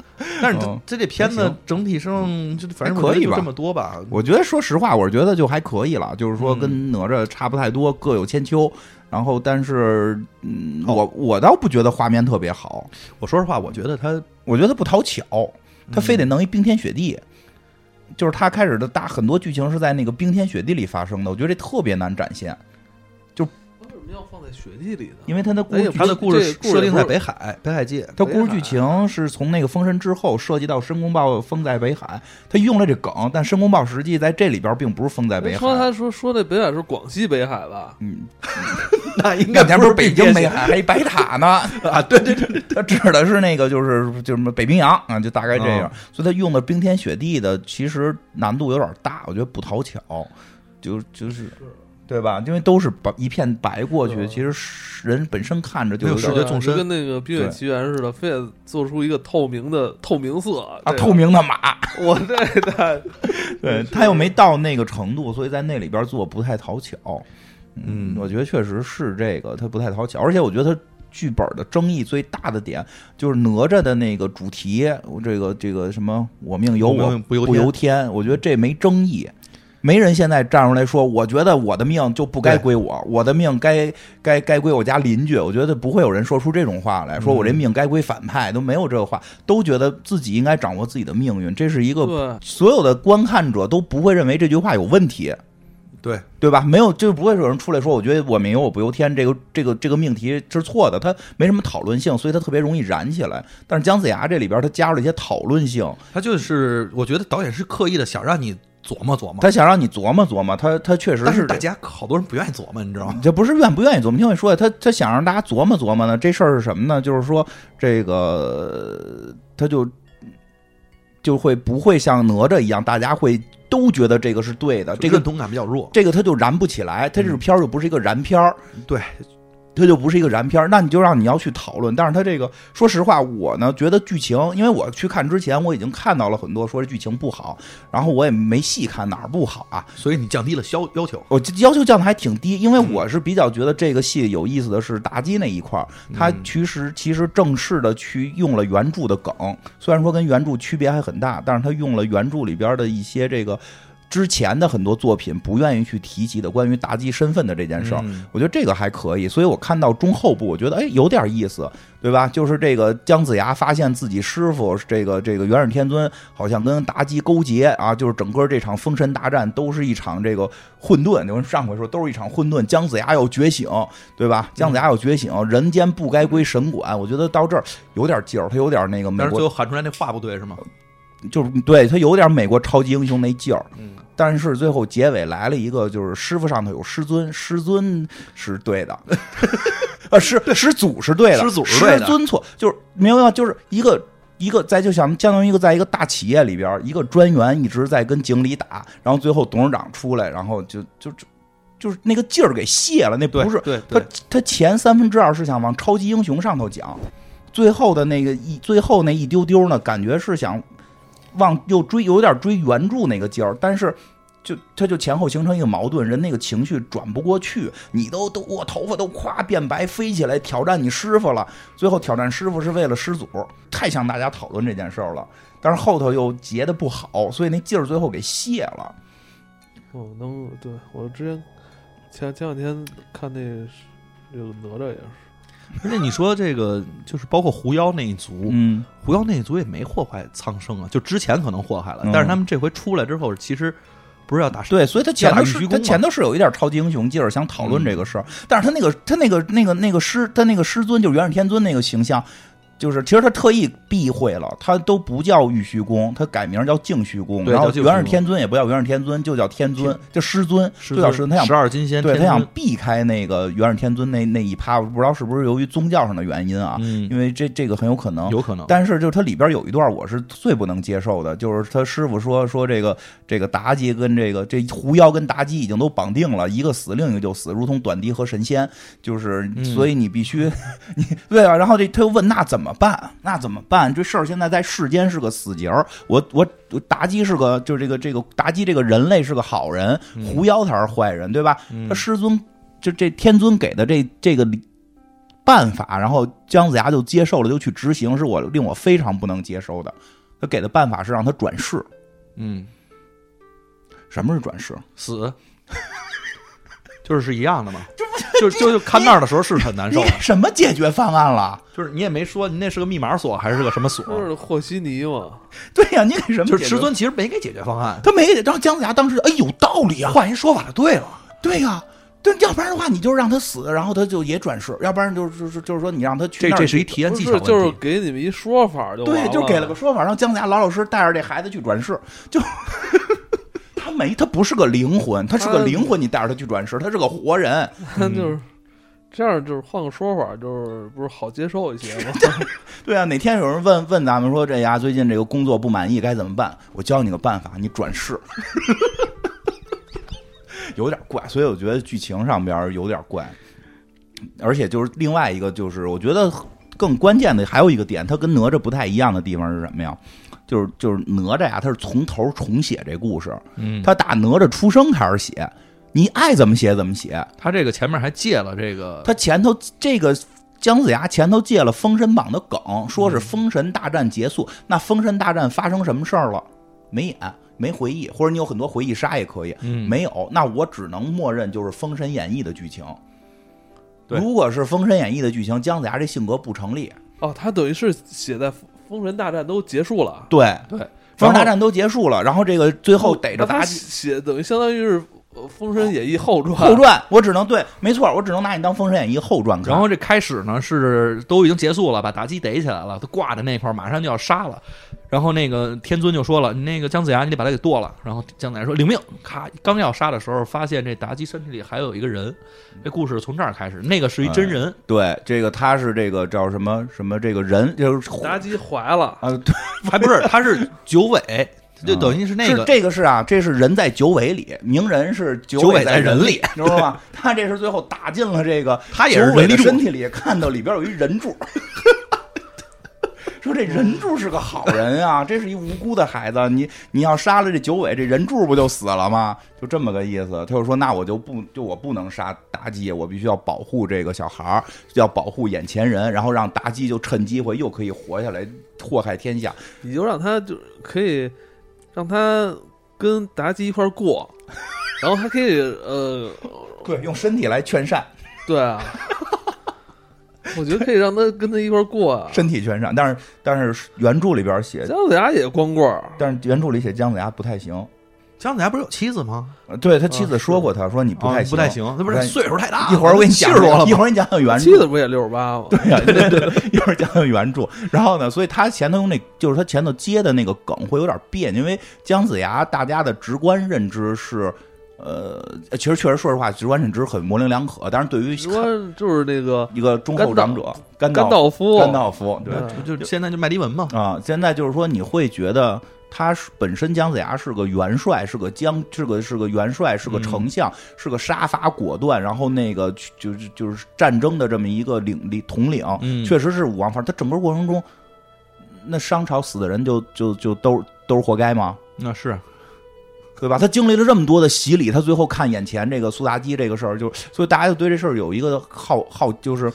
但是
嗯
这这这片
还
子
行
整体上就反正
还可以吧
我觉得就这么多吧。
我觉得说实话，我觉得就还可以了，就是说
嗯
跟哪吒差不太多，各有千秋。然后，但是，嗯，
哦
我我倒不觉得画面特别好，
我说实话，我觉得嗯他
我觉得不讨巧，他非得弄一冰天雪地。就是他开始的大很多剧情是在那个冰天雪地里发生的，我觉得这特别难展现，
为什么要放在雪地里呢？
因为他的故
哎
事
呀
剧
他的故事
这故事
设定在
也不
北海北海界，
他故事剧情是从那个封神之后涉及到申公豹封在北海，他用了这梗，但申公豹实际在这里边并不是封在北
说
海，
他说说那北海是广西北海吧？
嗯，
<laughs> 那应
那
该
前不
不是
是北京北海，还一白塔呢，
<laughs> 啊？对对对，
他指的是那个就是就是什么北冰洋啊，就大概这样，所以他用的冰天雪地的其实难度有点大，我觉得不讨巧，就就是。对吧？因为都是白一片白过去，
嗯
其实是人本身看着就
啊没
有点
有视觉
对
纵深
就跟那个《冰雪奇缘》似的，非得做出一个透明的透明色
啊
这个
透明的马，
我这太
<laughs>
<laughs>
对他又没到那个程度，所以在那里边做不太讨巧。
嗯
我觉得确实是这个，他不太讨巧，而且我觉得他剧本的争议最大的点就是哪吒的那个主题，我这个这个什么“我命由
我
我
命不由
不由天”，我觉得这没争议。没人现在站出来说，我觉得我的命就不该
对
归我，我的命该该该归我家邻居。我觉得不会有人说出这种话来，说我
嗯
这命该归反派，都没有这个话，都觉得自己应该掌握自己的命运，这是一个
对，
所有的观看者都不会认为这句话有问题，
对，
对吧？没有，就不会有人出来说，我觉得我命由我不由天，这个这个这个命题是错的，它没什么讨论性，所以它特别容易燃起来。但是姜子牙这里边，它加入了一些讨论性，
他就是我觉得导演是刻意的想让你琢磨琢磨，
他想让你琢磨琢磨，他他确实
但
是
是嗯
这
大家好多人不愿意琢磨，你知道吗？
这不是愿不愿意琢磨，听我说呀，他他想让大家琢磨琢磨呢。这事儿是什么呢？就是说这个他就就会不会像哪吒一样，大家会都觉得这个是对的，这个
认同感比较弱，
这个它就燃不起来，它这个片儿就不是一个燃片儿，
对，
它就不是一个燃片儿。那你就让你要去讨论，但是它这个，说实话，我呢觉得剧情，因为我去看之前我已经看到了很多说这剧情不好，然后我也没细看哪儿不好啊，
所以你降低了要要求。嗯
我要求降的还挺低，因为我是比较觉得这个戏有意思的是妲己那一块儿，
嗯
它其实其实正式的去用了原著的梗，虽然说跟原著区别还很大，但是它用了原著里边的一些这个之前的很多作品不愿意去提及的关于妲己身份的这件事儿。
嗯
我觉得这个还可以，所以我看到中后部，我觉得哎有点意思，对吧？就是这个姜子牙发现自己师傅这个这个元始天尊好像跟妲己勾结啊，就是整个这场封神大战都是一场这个混沌，就是上回说都是一场混沌，姜子牙要觉醒，对吧？姜子牙要觉醒，人间不该归神管。我觉得到这儿有点劲儿，他有点那个美
但是
国
最后喊出来那话不对是吗？
就是对他有点美国超级英雄那劲儿，
嗯，
但是最后结尾来了一个，就是师傅上头有师尊，师尊是对
<laughs>
的，呃，师师祖是对的，
师祖是
师
对的
尊错，就是明白吗？就是一个一个在就想相当于一个在一个大企业里边，一个专员一直在跟经理打，然后最后董事长出来，然后就就就就是那个劲儿给泄了，那
对，
不是
对
他
对，
他前三分之二是想往超级英雄上头讲，最后的那个一最后那一丢丢呢，感觉是想往又追有点追原著那个劲儿，但是。就他就前后形成一个矛盾，人那个情绪转不过去，你都都我头发都夸变白飞起来，挑战你师傅了。最后挑战师傅是为了师祖，太向大家讨论这件事儿了。但是后头又结的不好，所以那劲儿最后给泄了。
我能对我之前前前两天看那这个哪吒也是，
而且你说这个就是包括狐妖那一族，
嗯，
狐妖那一族也没祸害苍生啊，就之前可能祸害了
嗯，
但是他们这回出来之后，其实不是要打
对，所以他前头是
叫打一鞠躬
他
嘛
前头是有一点超级英雄劲儿，想讨论这个事儿，但是他那个他那个那个那个师他那个师尊就是元始天尊那个形象。就是，其实他特意避讳了，他都不叫玉虚宫，他改名叫净虚宫，
对
然后
叫净虚
元
宫
始天尊也不叫元始天尊，就叫天尊，就师尊，
师
就
尊
叫师尊。他想
十二金仙，
对他
天
想
尊
避开那个元始天尊那那一趴，我不知道是不是由于宗教上的原因啊，
嗯，
因为这这个很有可能，
有可能，
但是就是它里边有一段我是最不能接受的，就是他师傅说说这个这个妲己跟这个这狐妖跟妲己已经都绑定了，一个死另一个就死，如同短笛和神仙，就是
嗯
所以你必须、你对啊。然后这他又问那怎么办？那怎么办？这事儿现在在世间是个死结儿，我我我妲己是个就是这个这个妲己这个人类是个好人，狐妖才是坏人，对吧？
嗯
他师尊就这天尊给的这这个理办法，然后姜子牙就接受了，就去执行，是我令我非常不能接受的。他给的办法是让他转世。
嗯，
什么是转世？
死，就是是一样的嘛。就就就看那儿的时候是很
<laughs>
难
你
受
给，什么解决方案了？
就是你也没说你那是个密码锁还是个什么锁，
啊
就是和稀泥嘛，
对呀、你给什么解决？
就是师尊其实没给解决方案。
他没给。然后姜子牙当时哎有道理啊，
换一说法就对了，
对呀、对，要不然的话，你就让他死，然后他就也转世；要不然就是就是就是说，你让他去
这
那儿
这是一提案
不
技巧
是
问题。
就是给你们一说法就完
对，就给了
了
个说法，让姜子牙老老实实带着这孩子去转世。就他没，他不是个灵魂，他是个
他
灵魂，你带着他去转世，他是个嗯活人。
他 <laughs> 就是这样，就是换个说法，就是不是好接受一些吗？
对啊，哪天有人问问咱们说，这呀最近这个工作不满意该怎么办？我教你个办法，你转世。 <laughs> 有点怪，所以我觉得剧情上边儿有点怪，而且就是另外一个就是，我觉得更关键的还有一个点，它跟哪吒不太一样的地方是什么呀？就是就是哪吒呀，他是从头重写这故事，
嗯，他
他打哪吒出生开始写，你爱怎么写怎么写。
他这个前面还借了这个，
他前头这个姜子牙前头借了《封神榜》的梗，说是封神大战结束。那封神大战发生什么事儿了？没演，没回忆，或者你有很多回忆杀也可以，
嗯
没有。那我只能默认就是《封神演义》的剧情。
对
如果是《封神演义》的剧情，姜子牙这性格不成立。
哦，他等于是写在封封神大战都结束了，
对，
对，
封神大
然后
战都结束了，然后这个最后逮着
那他
妲己。
写等于相当于是呃《封神演义》后传，
后传，我只能对，没错，我只能拿你当《封神演义》后传看。
然后这开始呢是都已经结束了，把妲己逮起来了，都挂在那块儿，马上就要杀了。然后那个天尊就说了：“你那个姜子牙，你得把他给剁了。”然后姜子牙说：“领命！”咔，刚要杀的时候，发现这妲己身体里还有一个人。这故事从这儿开始，那个是一
哎
真人，
对，这个他是这个叫什么什么这个人，就是
妲己怀了，
啊，对，
还不是他是九尾，就
嗯
等于是那
是
个
这个是啊，这是人在九尾里，鸣人是九
九尾
在
在人
里，你知道吗？ <laughs> 他这是最后打进了这个
他也
九
是
尾
人
的
柱
身体里，看到里边有一人柱。说这人柱是个好人啊，这是一无辜的孩子，你你要杀了这九尾，这人柱不就死了吗？就这么个意思。他就说，那我就不就我不能杀妲己，我必须要保护这个小孩儿，要保护眼前人，然后让妲己就趁机会又可以活下来，祸害天下。
你就让他就可以让他跟妲己一块儿
<laughs>
过，然后还可以呃，
对，用身体来劝善。
对啊，我觉得可以让他跟他一块儿过啊。
身体全上，但是但是原著里边写，
姜子牙也光棍儿，
但是原著里写姜子牙不太行。
姜子牙不是有妻子吗？
呃对他妻子说过，他说你不太
啊
行，
不太。行，那不
不
是
太
岁数太大了，
一会儿我给你讲
七十多了，
一会儿你讲讲原
妻
著。
子不也六十八吗？
对呀，对 <laughs> 对对，一会儿讲讲原著。然后呢，所以他前头用那，就是他前头接的那个梗会有点别扭，因为姜子牙大家的直观认知是，呃，其实确实说实话，直观认知很模棱两可。但是对于
你说就是那个
一个忠厚长者甘
甘
道
道夫，
甘道夫，对
对，
就就现在就麦迪文嘛，
啊，现在就是说你会觉得他是本身姜子牙是个元帅，是个将，是个是个元帅，是个丞相，是个杀伐果断，然后那个去就是就是战争的这么一个领领统领，
嗯
确实是武王范儿。他整个过程中，那商朝死的人就就就都都是活该吗？
那是
对吧？他经历了这么多的洗礼，他最后看眼前这个苏妲己这个事儿，就所以大家就对这事儿有一个好好，就是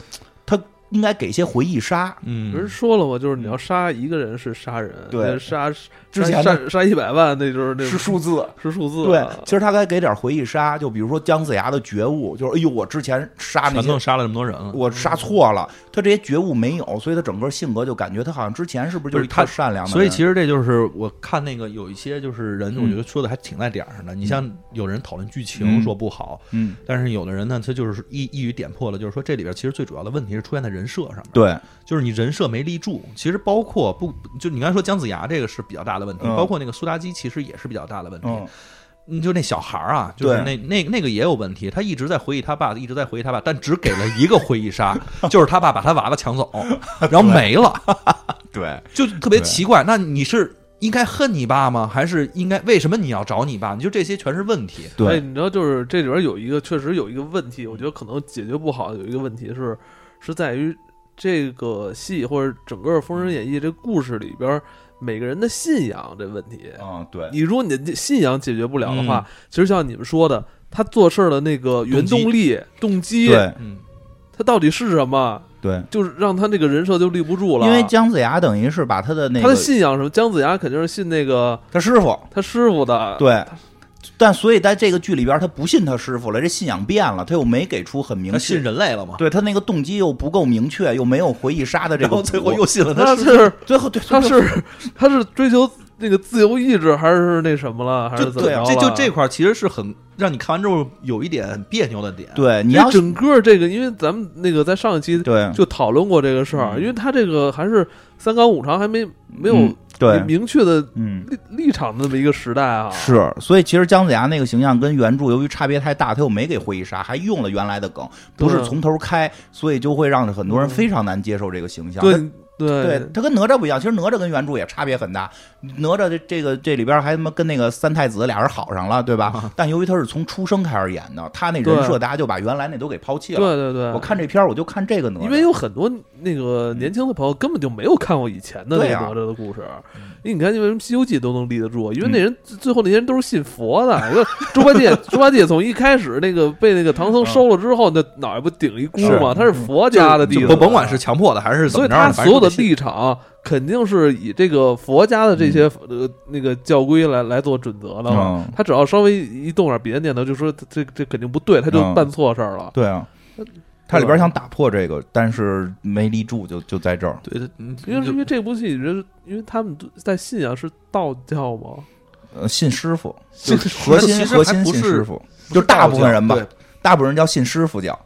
他应该给一些回忆杀。
有人
嗯，
说了嘛，就是你要杀一个人是杀人，
对
那杀
之前的
杀杀一百万，那就是那
是数字，
是数字
对
啊，
其实他该给点回忆杀，就比如说姜子牙的觉悟，就是哎呦，我之前杀那
全
些
都杀了这么多人了。
我杀错了，他这些觉悟没有，所以他整个性格就感觉他好像之前是不是就是
不是
一个
他
善良的人，
所以其实这就是我看那个有一些就是人，
嗯
我觉得说的还挺在点儿上的。你像有人讨论剧
嗯
情说不好，
嗯，
但是有的人呢，他就是一一语点破了，就是说这里边其实最主要的问题是出现在人设上面，
对，
就是你人设没立住。其实包括不就你刚才说姜子牙这个是比较大的问题，
嗯
包括那个苏妲己其实也是比较大的问题。
嗯，
嗯就那小孩儿啊，就是
对
那那那个也有问题，他一直在回忆他爸，一直在回忆他爸，但只给了一个回忆杀， <laughs> 就是他爸把他娃
<laughs>
娃抢走，然后没了。
对，
就特别
对
奇怪。那你是应该恨你爸吗？还是应该为什么你要找你爸？你就这些全是问题。
哎，
对，
你知道，就是这里边有一个确实有一个问题，我觉得可能解决不好。有一个问题是，是在于这个戏或者整个《封神演义》这故事里边每个人的信仰这问题。
嗯，对，
你如果你的信仰解决不了的
嗯
话，其实像你们说的，他做事儿的那个原动力、动机，
对，
嗯，
他到底是什么？
对，
就是让他那个人设就立不住了。
因为姜子牙等于是把他的那
他
个
的信仰是什么？姜子牙肯定是信那个
他师傅，
他师傅的，
对。但所以在这个剧里边，他不信他师傅了，这信仰变了，他又没给出很明
他
确，
信人类了嘛？
对他那个动机又不够明确，又没有回忆杀的这
然
个
后
苦，
最后又信了
他
他师
是
最后对
他
最后 <laughs>
是他是追求那个自由意志，还是那什么了，还
就是
怎么
对
着
啊，
了？
这就这块儿其实是很让你看完之后有一点很别扭的点。，
对你
因为
要是
整个这个，因为咱们那个在上一期
对
就讨论过这个事儿，
嗯
因为他这个还是三纲五常还没没有
嗯对
明确的
嗯。
立立场的那么一个时代啊，
是，所以其实姜子牙那个形象跟原著由于差别太大，他又没给回忆杀，还用了原来的梗，不是
对
从头开，所以就会让很多人
嗯
非常难接受这个形象。
对
他
对
对，他跟哪吒不一样，其实哪吒跟原著也差别很大。哪吒这这个这里边还他妈跟那个三太子俩人好上了，对吧？ <laughs> 但由于他是从出生开始演的，他那人
啊对
设大家就把原来那都给抛弃
对
了。
对对，
我看这片儿我就看这个哪吒，
因为有很多那个年轻的朋友根本就没有看过以前的那
对
个
啊
哪吒的故事，
嗯
因为你看，你为什么《西游记》都能立得住？因为那人最后那些人都是信佛的。我猪八
<laughs>
戒，猪八戒从一开始那个被那个唐僧收了之后，那脑袋不顶一箍吗？
是
他是佛家的弟子，
不嗯甭管是，强迫的还是怎
所
么
以
着的，
他所
反正
有的
就信
立场肯定是以这个佛家的这
嗯
些呃那个教规来来做准则的嘛。
嗯
他只要稍微一动点别的念头，就说他这这肯定不对，他就
嗯
办错事儿了。
对啊，
呃
它里边想打破这个，但是没立住就，就在这儿。
对，嗯
因为
就
因为这部戏，你觉得，因为他们都在信仰是道教吗？
呃，信师傅，
信
就是核
其
心
实
核
还
心
不
信
是
师傅，
不
就是大
道
部
教
分人吧，
对
大部分人叫信师傅教，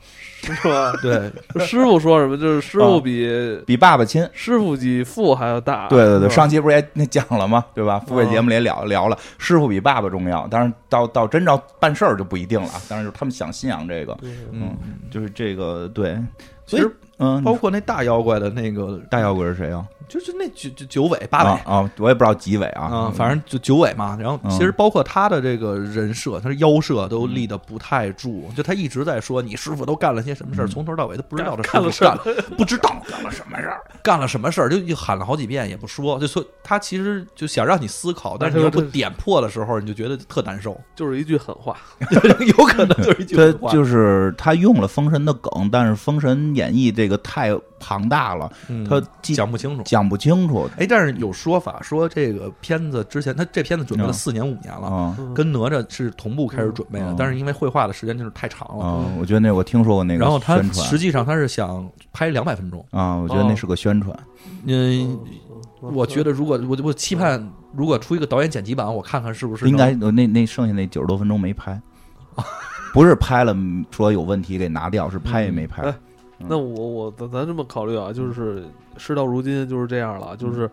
是吧？
对，
师傅说什么？就是师傅比、
比爸爸亲。
师傅比父还要大。
对对
是
对，
吧
上啊期不是啊也那讲了吗？对吧？付费节目里也聊聊了，师傅比爸爸重要，但是到到真要办事儿就不一定了。当然就是他们想信仰这个，
对
嗯，
就是这个对，
其
所以
实
嗯，
包括那大妖怪的那个，
大妖怪是谁啊？
就是那九九九尾八尾
啊，啊，我也不知道几尾啊，嗯
啊，反正就九尾嘛。然后其实包括他的这个人设，他的妖设都立的不太住，就他一直在说你师傅都干了些什么事儿，
嗯
从头到尾都不知道这
干了
师傅干
什
了不知道干了什么事儿，干了什么事儿就就喊了好几遍也不说，就说他其实就想让你思考，但是你
哎
又不点破的时候，你就觉得特
<laughs>
难受，
就是一句狠话。
有可能就是一句
对
狠，话，
就是他用了《封神》的梗，但是《封神演义》这个太庞大了，
嗯
他既
讲不清楚。
讲不清楚
哎，但是有说法说这个片子之前，他这片子准备了
嗯
四年五年了，
啊
嗯
跟哪吒是同步开始准备的，
嗯
但是因为绘画的时间就是太长了，
啊！我觉得那我听说过那个
哦然后他
宣传
实际上他是想拍两百分钟。
啊，我觉得那是个宣传，
嗯，我觉
得
得如果我我期盼如果出一个导演剪辑版，我看看是不是能
应该那那剩下那九十多分钟没
<laughs>
拍，不是拍了说有问题给拿掉，是拍也没拍
哎
嗯。那我我咱咱这么考虑啊，就是事到如今就是这样了，就是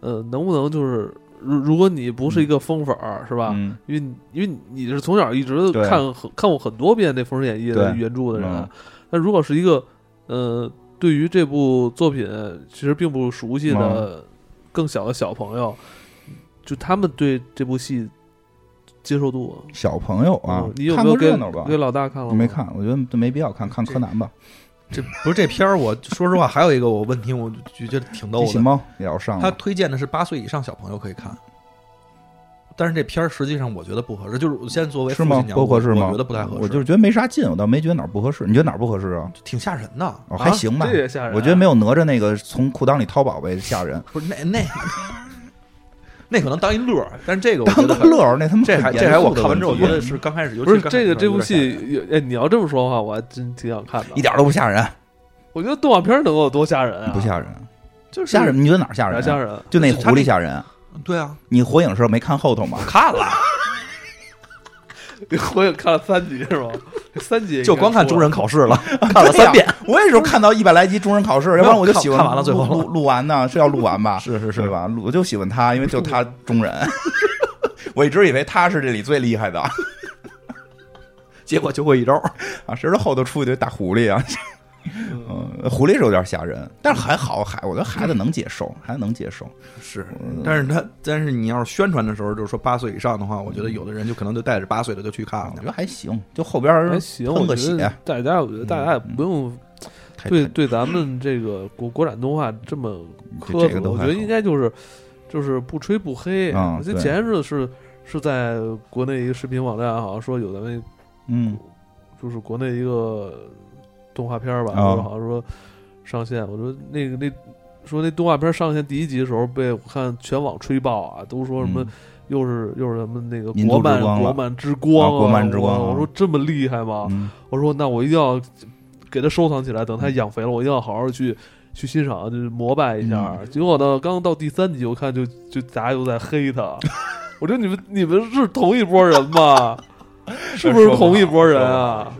呃，能不能就是如如果你不是一个疯粉儿，是吧？
嗯，
因为你因为你是从小一直
对
看很看过很多遍那《封神演义》的
对
原著的人啊
嗯，
那如果是一个呃对于这部作品其实并不熟悉
嗯
的更小的小朋友，就他们对这部戏接受度
小朋友啊
哦
嗯，你有
看
没有
过
给
热闹吧？
给老大看了吗？
没看，我觉得没必要看，看柯南吧。
这不是这片儿？我说实话，还有一个我问题，我就觉得挺逗
<laughs> 机器
的。
猫也要上
他
了，
推荐的是八岁以上小朋友可以看，但是这片儿实际上我觉得不合适。就是我现在作为
是
父亲
吗？
娘
不合适吗？
我觉得不太合适，
我就是觉得没啥劲，我倒没觉得哪儿不合适。你觉得哪儿不合适啊？
挺吓人的。
啊
哦，还行吧
这，也吓人啊。
我觉得没有哪吒那个从裤裆里掏宝贝吓人。
不是那 <laughs> 那那可能当一乐儿，但是这个我觉
当
得
个乐儿，那他妈
这还
很严
这还
肃
我
的
看完之后，我
问
觉
题
得是刚开始，尤其
不是
刚开始
这个这部
有点吓人，
戏，有哎，你要这么说的话，我还真挺想看的。
一点都不吓人，
我觉得动画片能有多吓人啊？
不，吓人，啊
就是
吓人？你觉得哪儿吓
哪
人？
吓，人？啊
就那狐狸吓人。
对啊，
你火影时候没看后头吗？
看了，
<laughs> 我也看了三集是吗？三集
就光看
主
中
人。
忍考试 <laughs> 了，看了三
对
遍，
呀。我也是看到一百来集中人考试，要不然我就喜欢
看看完了最后
录录录完呢，是要录完吧？
是是
对吧？录我就喜欢他，因为就他中人。 <laughs> 我一直以为他是这里最厉害的 <laughs> 啊，
结果就会一招，
谁知道后头出去就大狐狸啊。 <laughs> 嗯，狐狸是有点吓人，但是还好，还我觉得孩子能接受，孩子能接受。
是，但是他但是你要是宣传的时候就是说八岁以上的话，我觉得有的人就可能就带着八岁的就去看
啊我
了
觉，得还行，就后边儿
还哎行，
哎喷
我
个
觉
血嗯
得，大家，我觉得大家也不用
太
对
太
对咱们这个国国产动画这么苛
嗯这
责
个，都
我
还
觉得
好
应该就是就是不吹不黑。
嗯
我记得
对
前日是是在国内一个视频网站，好像说有咱们
嗯
就是国内一个动画片儿吧，
哦
好像说上线，我说那个那说那动画片上线第一集的时候被我看全网吹爆啊，都说什么、
嗯
又是又是什么那个
民族
国漫
之光了
国漫之光
啊国漫之光啊
我我说这么厉害吗？
嗯
我说那我一定要给它收藏起来，等它养肥了，我一定要好好去去欣赏，就是膜拜一下。
嗯
结果呢，刚到第三集，我看就就大家又在黑
<laughs>
它，我觉得你们你们是同一拨人吗？是不是同一拨人啊？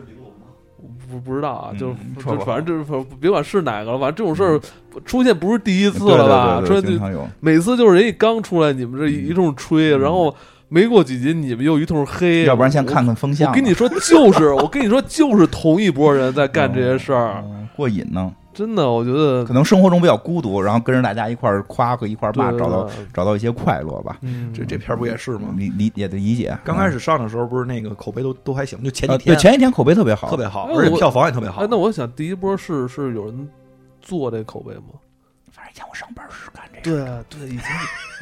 不不知道啊，
嗯
就
说
就
不好
反正就是反正别管是哪个了，反正这种事儿出现不是第一次了吧？
对
出
对
现
对对，经
就
常嗯有。
每次就是人家刚出来，你们这一通吹，然后没过几集你们又一通黑，
要不然先看看风向
我
吧。
跟你说，就是我跟你说，就是同一拨人在干这些事儿，
嗯过瘾呢，
真的，我觉得
可能生活中比较孤独，然后跟着大家一块儿夸和一块儿骂，
对
找到
对对
找到一些快乐吧。
嗯，
这这片儿不也是吗？
理理也得理解。
刚开
嗯
始上的时候，不是那个口碑都都还行，就前
啊
几
对
天
前几天口碑特别好，
特别好，
哎
而且
我
票房也特别好
哎，。那我想第一波是是有人做这口碑吗？
反正以前我上班是干这个，
对啊，对，以前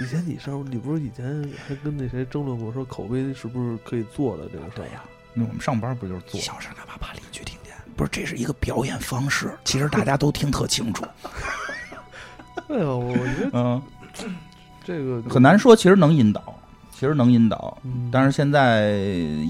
以前你上，你不是以前还跟那谁争论过，说口碑是不是可以做的这个事儿？呀，
那我们上班不就是做？
小声的把把邻居听见。不是，这是一个表演方式，其实大家都听特清楚。
哎呀，我我觉得
嗯，
这 <laughs> 个
很，难说，其实能引导，其实能引导。
嗯，
但是现在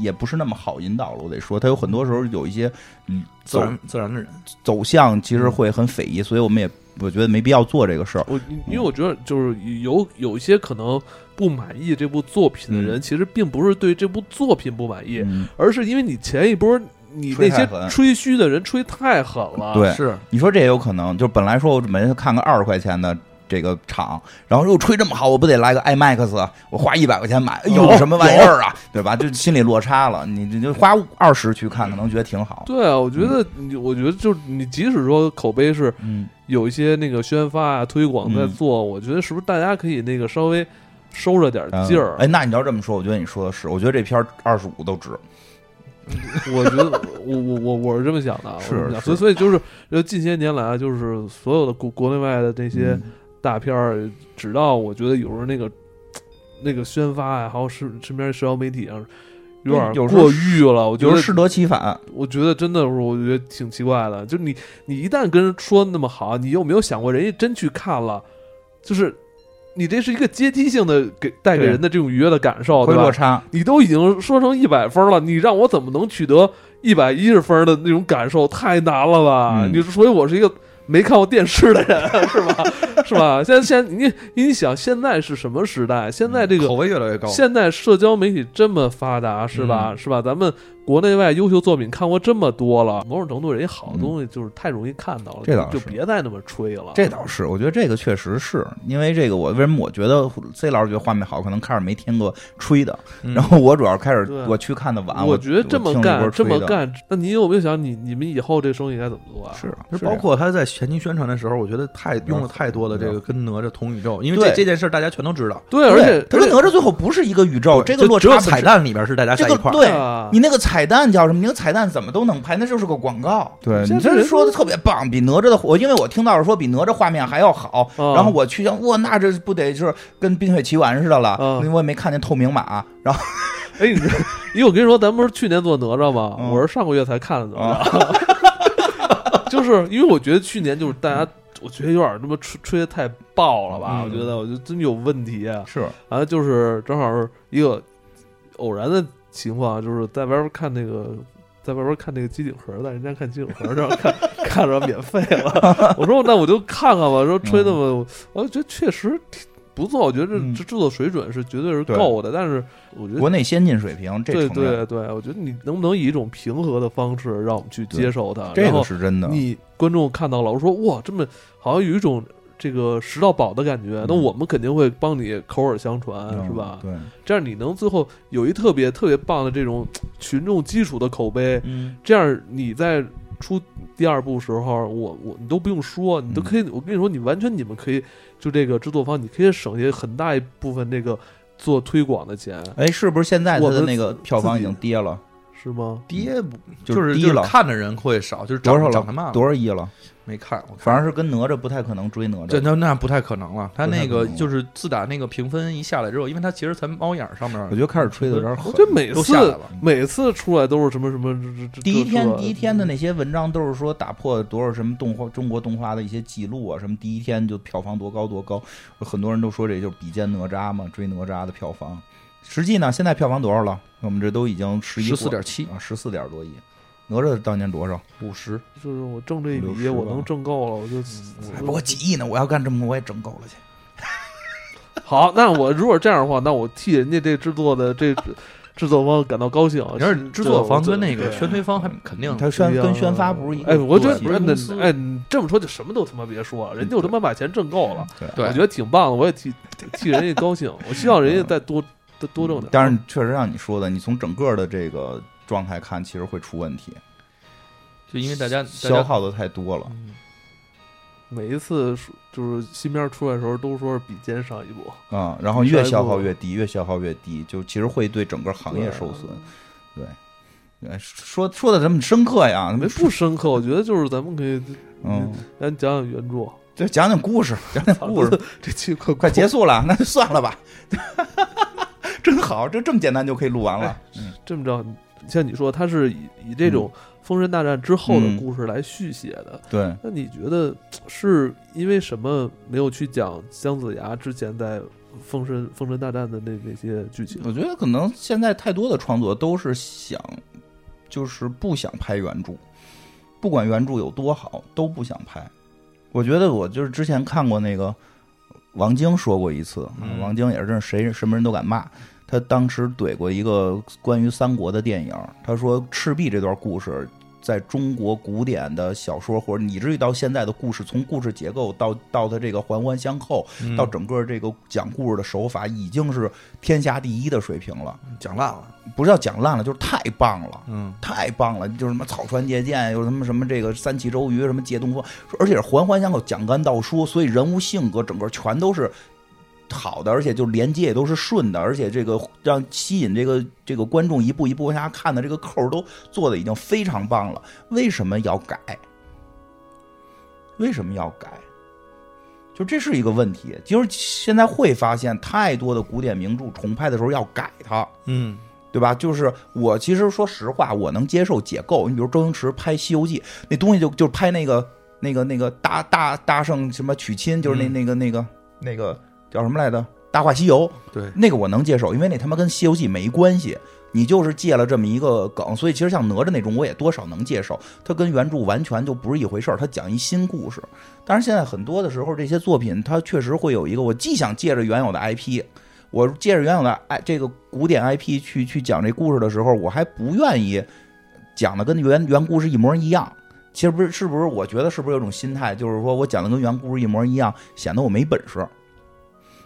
也不是那么好引导了，我得说，它有很多时候有一些嗯
自
走
然自然的人，
走向，其实会很匪夷，所以我们也我觉得没必要做这个事儿。
我因为我觉得就是有有一些可能不满意这部作品的人，其实并不是对这部作品不满意，
嗯
而是因为你前一波你那
吹太
些
狠
吹嘘的人吹太狠了，
对
是
你说这也有可能，就本来说我每天看个二十块钱的。这个厂，然后又吹这么好，我不得来个哎 IMAX？我花一百块钱买，哎呦，
有
什么玩意儿
哦
啊，对吧？就心理落差了。你你就花二十去看，可能觉得挺好。
对啊，我觉得你，我觉得就是你，即使说口碑是
嗯，
有一些那个宣发啊、推广在做，我觉得是不是大家可以那个稍微收着点劲儿？啊
哎，那你要这么说，我觉得你说的是，我觉得这片儿二十五都值。
<laughs> 我觉得我我我我是这么想的啊，
是
我这么想
是
所以所以就是呃，近些年来啊，就是所有的国国内外的那
嗯
些大片儿，直到我觉得有时候那个那个宣发啊，还有身身边社交媒体上有点
有时候
过誉了，我觉
就
得
是适得其反。
我觉得真的是，我觉得挺奇怪的。就你，你一旦跟人说那么好，你有没有想过，人家真去看了，就是你这是一个阶梯性的给带给
对
人的这种愉悦的感受，
会
对
落
吧？
差。
你都已经说成一百分了，你让我怎么能取得一百一十分的那种感受？太难了吧！
嗯
你所以，我是一个没看过电视的人，是吧？是吧？现在现在你你想，现在是什么时代？现在这个
口碑越来越高。
现在社交媒体这么发达，是吧？
嗯
是吧？咱们国内外优秀作品看过这么多了，某种程度人家好的东西就是太容易看到了，
这倒
就是就别再那么吹了。
这倒是，我觉得这个确实是因为这个我，为什么我觉得 C 老师觉得画面好，可能开始没听过吹的，
嗯
然后我主要开始
对
我去看的晚，
我
我
觉得这么干，
我
这
听
么
了一波吹的
干，那你有没有想你你们以后这生意该怎么做啊？
是啊
就是包
这样
括他在前期宣传的时候，我觉得太用了太多的这个跟哪吒同宇宙，因为这
对
这件事大家全都知道。
对，而且
他跟哪吒最后不是一个宇宙，哦这个
就
落
只有
差
彩
本身
蛋里边是大家
这
在
个
一块儿，
对
啊
你那个彩蛋叫什么？你那个彩蛋怎么都能拍，那就是个广告。
你
对
现
你
在
这
人
说的特别棒，比哪吒的我，因为我听到是说比哪吒画面还要好，
啊
然后我去想，哇，那这不得就是跟《冰雪奇缘》似的了？
啊
因为我也没看见透明马，然后
哎，你知道因为我跟你说，咱不是去年做哪吒吗？
嗯啊
我是上个月才看的哪吒， <laughs> 就是因为我觉得去年就是大家，我觉得有点他妈吹吹的太爆了吧？
嗯
我觉得，我觉得真有问题啊！
是
然后就是正好是一个偶然的情况，啊就是在外边看那个，在外边看那个机顶盒，在人家看机顶盒，然后看 <laughs> 看着免费了。 <laughs> 我说那我就看看吧，说吹那么，我觉得确实挺不错，我觉得这
嗯
这制作水准是绝对是
对
够的，但是我觉得
国内先进水平，这
对
承
对
认
对，我觉得你能不能以一种平和的方式让我们去接受它？
这
然
个
后
是真的。
你观众看到了，我说哇，这么好像有一种这个拾到宝的感觉，那
嗯
我们肯定会帮你口耳相传，
嗯
是吧？
对，
这样你能最后有一特别特别棒的这种群众基础的口碑，
嗯，
这样你在出第二部时候，我我你都不用说，你都可以，我跟你说，你完全你们可以就这个制作方，你可以省下很大一部分这个做推广的钱。
哎，是不是现在它
我
的
们
那个票房已
自己
经跌了？
是吗？
跌不
就是
是
低了
就是看的人会少，就是
多
涨
少
涨得慢
了？多少亿了？
没看，我看
反正是跟哪吒不太可能追哪
这
吒。
那那不太可能了。他
不太
那
可
个
能
就是自打那个评分一下来之后，因为他其实咱猫眼儿上面，
我觉得开始吹的有点狠
我。觉得每
都下来
次
了
每次出来都是什么什么这这这
第一天
这
第一天的那些文章都是说打破多少什么动画中国动画的一些记录啊，什么第一天就票房多高多高，很多人都说这就是比肩哪吒嘛，追哪吒的票房。实际呢，现在票房多少了？我们这都已经十一
十四点七
啊，十四点多亿。哪吒当年多少？
五十，
就是我挣这一
五六
笔，
十
我
吧
能挣够了，我就
还哎不过几亿呢？我要干这么多，我也挣够了去。
好。那我如果这样的话，那我替人家这制作的这
<laughs>
制作方感到高兴。
你要是制作方
这
跟那个
对
宣推方还肯定
嗯他宣跟宣发不是一
嗯
个。
哎，我觉得
不是
那
公司
哎，你这么说就什么都他妈别说
嗯
了，人家就他妈把钱挣够了，
对
我觉得挺棒的，我也替替人家高兴。我希望人家再多多多挣点。
但是确实像你说的，你从整个的这个状态看，其实会出问题，
就因为大家大
消
家
耗的太多了。
嗯
每一次说就是新片出来的时候，都说是比肩上一部，
啊、然后越消耗越低，越消耗越低，就其实会对整个行业受损。
嗯
对，对说说的这么深刻呀，
没不深刻。我觉得就是咱们可以，
嗯，
咱讲讲原著。
就讲讲故事，讲讲故事，
这期快
快结束了，那就算了吧。 <laughs> 真好，这这么简单就可以录完了。
这么着，像你说，它是以以这种《封神大战》之后的
嗯
故事来续写的。
对，
那你觉得是因为什么没有去讲姜子牙之前在《封神封神大战》的那那些剧情？
我觉得可能现在太多的创作都是想，就是不想拍原著，不管原著有多好，都不想拍。我觉得我就是之前看过那个王晶说过一次，啊
嗯
王晶也是真是谁什么人都敢骂。他当时怼过一个关于三国的电影，他说赤壁这段故事。在中国古典的小说，或者以至于到现在的故事，从故事结构到到它这个环环相扣，
嗯
到整个这个讲故事的手法，已经是天下第一的水平了。
讲烂了，
不是要讲烂了，就是太棒了，
嗯，
太棒了！就是什么草船借箭，又什么什么这个三气周瑜，什么借东风，说而且是环环相扣，讲干道说，所以人物性格整个全都是。好的，而且就连接也都是顺的，而且这个让吸引这个这个观众一步一步往下看的这个扣儿都做的已经非常棒了。为什么要改？为什么要改？就这是一个问题。就是现在会发现，太多的古典名著重拍的时候要改它，
嗯，
对吧？就是我其实说实话，我能接受解构。你比如周星驰拍《西游记》，那东西就就拍那个那个那个大大大圣什么娶亲，就是那
嗯
那个那个那个叫什么来着，《大话西游》
对，
那个我能接受，因为那他妈跟《西游记》没关系。你就是借了这么一个梗，所以其实像哪吒那种，我也多少能接受。它跟原著完全就不是一回事儿，它讲一新故事。但是现在很多的时候，这些作品它确实会有一个，我既想借着原有的 IP，我借着原有的 I 这个古典 IP 去去讲这故事的时候，我还不愿意讲的跟原原故事一模一样。其实不是，是不是？我觉得是不是有种心态，就是说我讲的跟原故事一模一样，显得我没本事，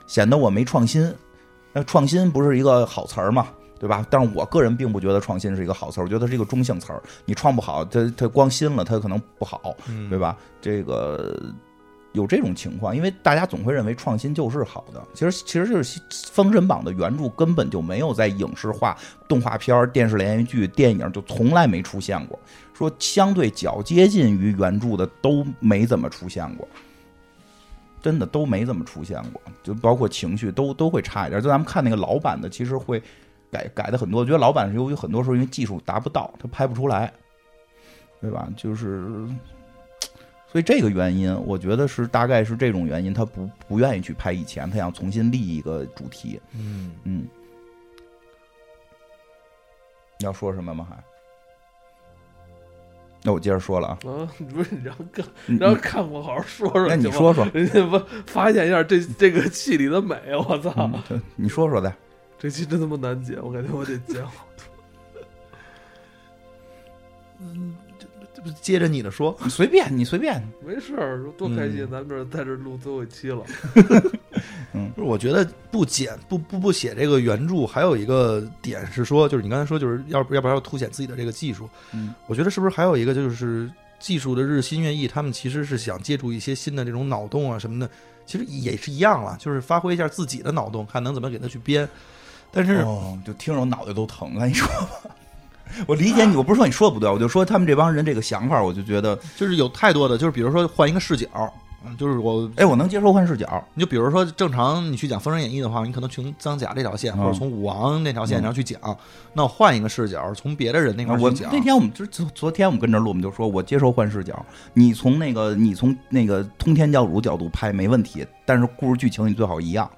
显得我没创新。那创新不是一个好词儿嘛，对吧？但是我个人并不觉得创新是一个好词儿，我觉得它是一个中性词儿。你创不好，它它光新了，它可能不好。
嗯
对？吧？这个有这种情况，因为大家总会认为创新就是好的，其实其实就是《封神榜》的原著根本就没有在影视化、动画片儿、电视连续剧、电影就从来没出现过，说相对较接近于原著的都没怎么出现过。真的都没怎么出现过，就包括情绪都都会差一点。就咱们看那个老版的，其实会改改的很多。我觉得老版是由于很多时候因为技术达不到，它拍不出来，对吧？就是所以这个原因，我觉得是大概是这种原因，他不不愿意去拍以前，他想重新立一个主题。
嗯，
嗯，你要说什么吗？还？那我接着说了啊，
啊，你不是你让看
你
让
你
看我好好说说，
嗯那你
行吗
说说，
人家不发现一下这这个戏里的美，我操！
嗯对你说说再。
这期真他妈难解，我感觉我得剪。
这不是接着你的说，
你随便，你随便。
没事儿，多开心，
嗯
咱们这在这录最后一期 <laughs> 了。
就是我觉得不剪不不不写这个原著，还有一个点是说，就是你刚才说，就是要不要不要凸显自己的这个技术？
嗯，
我觉得是不是还有一个就是技术的日新月异，他们其实是想借助一些新的这种脑洞啊什么的，其实也是一样了，就是发挥一下自己
哦
的脑洞，看能怎么给它去编。但是
哦，就听着我脑袋都疼。跟你说， <laughs> 我理解你，我不是说你说的不对，我就说他们这帮人这个想法，我就觉得，
就是有太多的，就是比如说换一个视角，嗯就是我
哎，我能接受换视角，
你就比如说，正常你去讲《封神演义》的话，你可能从张甲这条线，
嗯
或者从武王那条线
嗯
上去讲。那我换一个视角，从别的人那块
啊我
儿去讲
那。天我们就是昨昨天我们跟着录，我们就说我接受换视角。你从那个你从那个通天教主角度拍没问题，但是故事剧情你最好一样。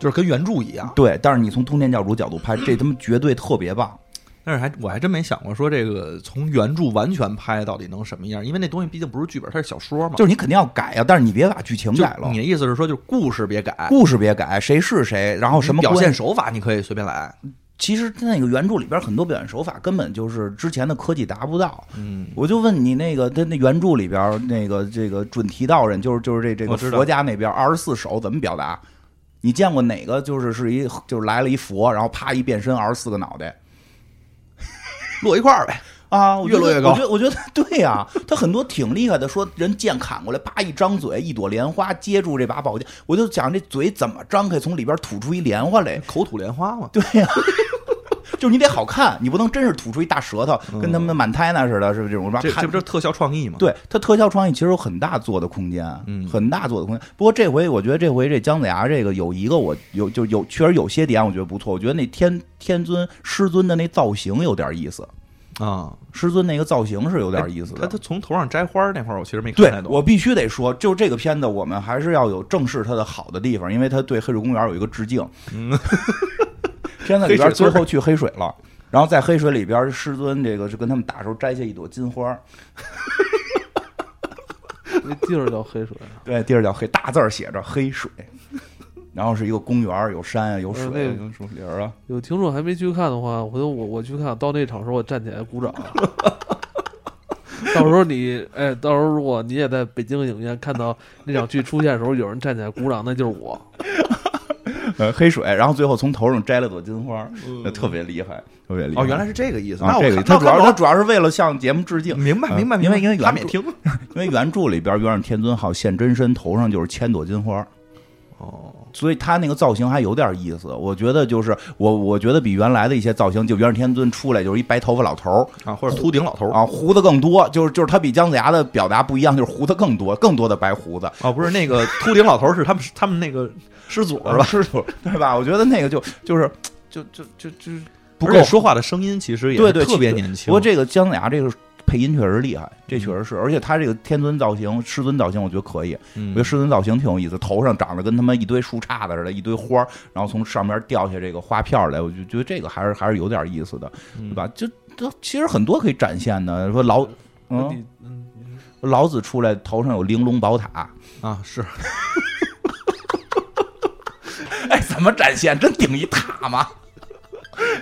就是跟原著一样，
对，但是你从通天教主角度拍，这他妈绝对特别棒。
但是还我还真没想过说这个从原著完全拍到底能什么样，因为那东西毕竟不是剧本，它是小说嘛。
就是你肯定要改啊，但是你别把剧情
就
改了
你，的意思是说，就是故事别改，
故事别改，谁是谁，然后什么
表
关
现
系。
手法你可以随便来。
其实那个原著里边很多表现手法根本就是之前的科技达不到。
嗯，
我就问你，那个他那原著里边那个这个准提道人，就是就是这这个
我知道
佛家那边二十四手怎么表达？你见过哪个就是是一就是来了一佛，然后啪一变身二十四个脑袋
落一块儿呗。
啊？我觉得
越摞越高
我觉得我觉得 <laughs> 对呀、他很多挺厉害的，说人剑砍过来，啪一张嘴，一朵莲花接住这把宝剑，我就想这嘴怎么张开，从里边吐出一莲花来， <laughs>
口吐莲花嘛，
对呀、 <laughs> 就是你得好看，你不能真是吐出一大舌头，跟他们满胎那似的，是不是这种？
嗯这
看
这不就是特效创意吗？，
对它特效创意其实有很大做的空间，
嗯
很大做的空间。不过这回我觉得这回这姜子牙这个有一个我有就有确实有些点我觉得不错，我觉得那天天尊师尊的那造型有点意思，
啊，
师尊那个造型是有点意思
他
的。
哎他从头上摘花儿那会儿，我其实没看
对
太，懂。
我必须得说，就这个片子，我们还是要有正视它的好的地方，因为它对《黑水公园》有一个致敬。
嗯
<laughs> 片子里边
黑水村
最
儿
后去黑水了，然后在黑水里边，师尊这个是跟他们打的时候摘下一朵金花儿，
那地儿叫黑水，
对，地儿叫黑，大字儿写着黑水，然后是一个公园儿，有山啊，有水
呃
啊，
那个
有树林儿啊。
有听众还没去看的话，回头我我去看，到那场时候我站起来鼓掌。 <laughs> 到时候你哎，到时候如果你也在北京影院看到那场剧出现的时候，有人站起来鼓掌，那就是我。
呃，黑水，然后最后从头上摘了朵金花儿，那特别厉害，特别厉害。
哦，原来是这个意思。
啊，
那
这
我
个
看
他主要
那
他
我
主要是为了向节目致敬，
明白
嗯
明白，
因为因为
他
原
们
著
也听
因为原著里边元始天尊号现真身头上就是千朵金花儿，
哦，
所以他那个造型还有点意思。我觉得就是我我觉得比原来的一些造型，就元始天尊出来就是一白头发老头儿，
啊，或者秃顶老头儿
啊，胡子更多，就是就是他比姜子牙的表达不一样，就是胡子更多，更多的白胡子，
哦，不是那个秃顶老头儿是他们他们那个师祖是吧？
师傅，啊对吧？我觉得那个就就是就就就就不
而
够
且。说话的声音其实也
对
是
对
特别年轻。嗯
不过这个姜子牙这个配音确实厉害，这确实是，而且他这个天尊造型、师尊造型，我觉得可以。我
嗯
觉得师尊造型挺有意思，头上长得跟他妈一堆树杈子似的，一堆花儿，然后从上面掉下这个花片儿来，我就觉得这个还是还是有点意思的，
嗯
对吧？就这其实很多可以展现的，说老。
那
嗯，
你嗯，你
老子出来头上有玲珑宝塔，
啊是
<laughs> 哎，怎么展现？真顶一塔吗？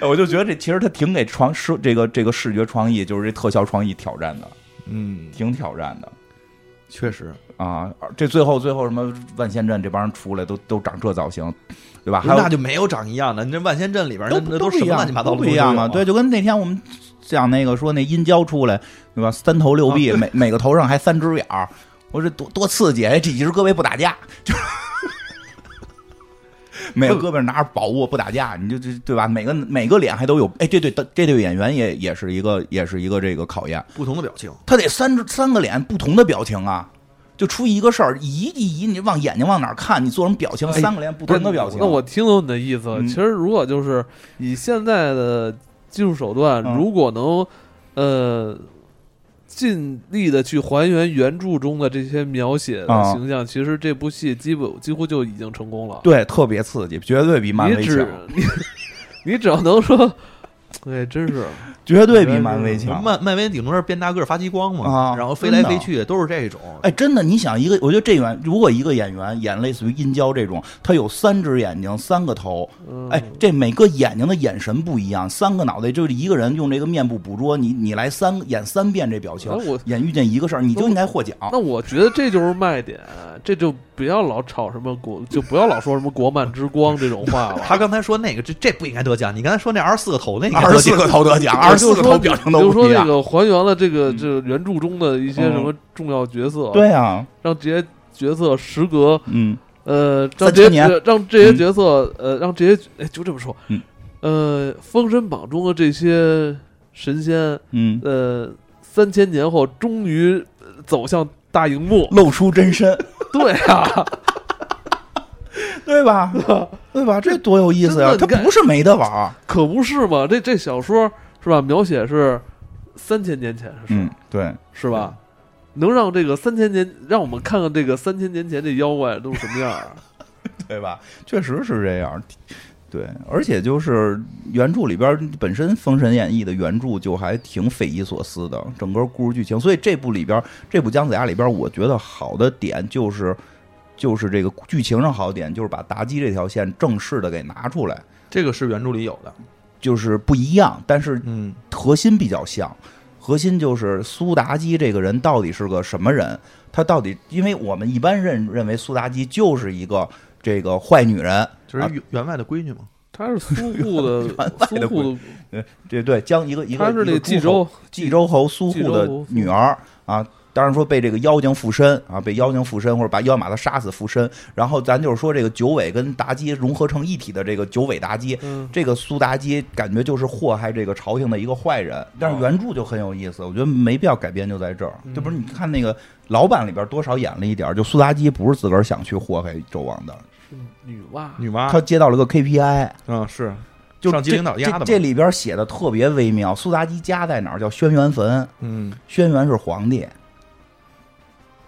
哎 <laughs> 我就觉得这其实他挺给创视这个这个视觉创意，就是这特效创意挑战的，
嗯，
挺挑战的
确实
啊！而这最后最后什么万仙阵这帮人出来都都长这造型，对吧？还有
那就没有长一样的。你这万仙阵里边儿那那
都不
都什
一
么
样，
乱七八糟
都
的
不
东
一
西
样
都有
嘛。
啊
对，就跟那天我们讲那个说那殷郊出来，对吧？三头
啊
六臂，每每个头上还三只眼儿，我说多多刺激！哎，这几只胳膊不打架，就是 <laughs> 每个胳膊拿着宝物不打架，你就这对吧？每个每个脸还都有，哎，这对这对演员也也是一个也是一个这个考验，
不同的表情。
他得三只三个脸不同的表情啊。就出一个事儿，移一移，你往眼睛往哪儿看？你做什么表情？
哎
三个脸不同的表情。啊
那我听懂你的意思了。
嗯
其实如果就是以现在的技术手段，
嗯
如果能呃尽力的去还原原著中的这些描写的
啊
形象，其实这部戏基本几乎就已经成功了。
对特别刺激，绝对比漫
你
威
只
强。
你你只要能说，哎，真
<laughs>
是
绝对比漫威强。
漫漫威顶多是变大个儿发激光嘛
啊，
然后飞来
真的
飞去都是这种。
哎，真的，你想一个，我觉得这演，如果一个演员演类似于殷郊这种，他有三只眼睛，三个头，
嗯
哎，这每个眼睛的眼神不一样，三个脑袋，就是一个人用这个面部捕捉你，你来三演三遍这表情
那，我
演遇见一个事儿，你就应该获奖。
那我觉得这就是卖点，这就不要老吵什么国，就不要老说什么国漫之光这种话了。
他刚才说那个这这不应该得奖，你刚才说那二十四个头那应该
<laughs> 二
得
十
奖
四个头得奖，
我
二十四
就
个
说
头表情都
就
不
说
一
那
样。嗯
个还原了这个这个原著中的一些什么重要角色，，
对啊，
让这些角色时隔
嗯，
呃，
三
让
千
这
年
些让这些角色呃，让这些哎就这么说
嗯，
呃，《封神榜》中的这些神仙，
嗯，。
呃，三千年后终于走向大荧幕
露出真身，
<laughs> 对啊，<laughs>
对吧？对吧？这多有意思呀！
真的
它
你看
不是没得玩儿，
可不是嘛，这这小说是吧？描写是三千年前的事，
嗯，对，
是吧？能让这个三千年，让我们看看这个三千年前这妖怪都是什么样啊？
对吧？确实是这样。对，而且就是原著里边儿本身《封神演义》的原著就还挺匪夷所思的，整个故事剧情。所以这部里边儿，这部《姜子牙》里边儿，我觉得好的点就是，就是这个剧情上好的点，就是把妲己这条线正式的给拿出来，
这个是原著里有的，
就是不一样，但是
嗯，
核心比较像。核心就是苏妲己这个人到底是个什么人？她到底，因为我们一般认认为苏妲己就是一个这个坏女人，
就是
啊
员员外的闺女嘛。
<laughs> 他是苏护 <laughs> 的
外，
苏
的
护
对对，将一个一
的，
个
他是那
一
个
个
冀
诸侯
州，
冀州侯苏护的女儿啊。当然说被这个妖精附身啊，被妖精附身或者把妖精把他杀死附身，然后咱就是说这个九尾跟妲己融合成一体的这个九尾妲己，
嗯，
这个苏妲己感觉就是祸害这个朝廷的一个坏人。但是
哦
原著就很有意思，我觉得没必要改编就在这儿。
嗯
这不是你看那个老版里边多少演了一点儿，就苏妲己不是自个儿想去祸害纣王的，
是女娲，
女娲，
啊她接到了个 KPI，
嗯，是
就
上级
这
领导
这
压的嘛
这里边写的特别微妙，苏妲己家在哪儿？叫轩辕坟，
嗯，
轩辕是皇帝。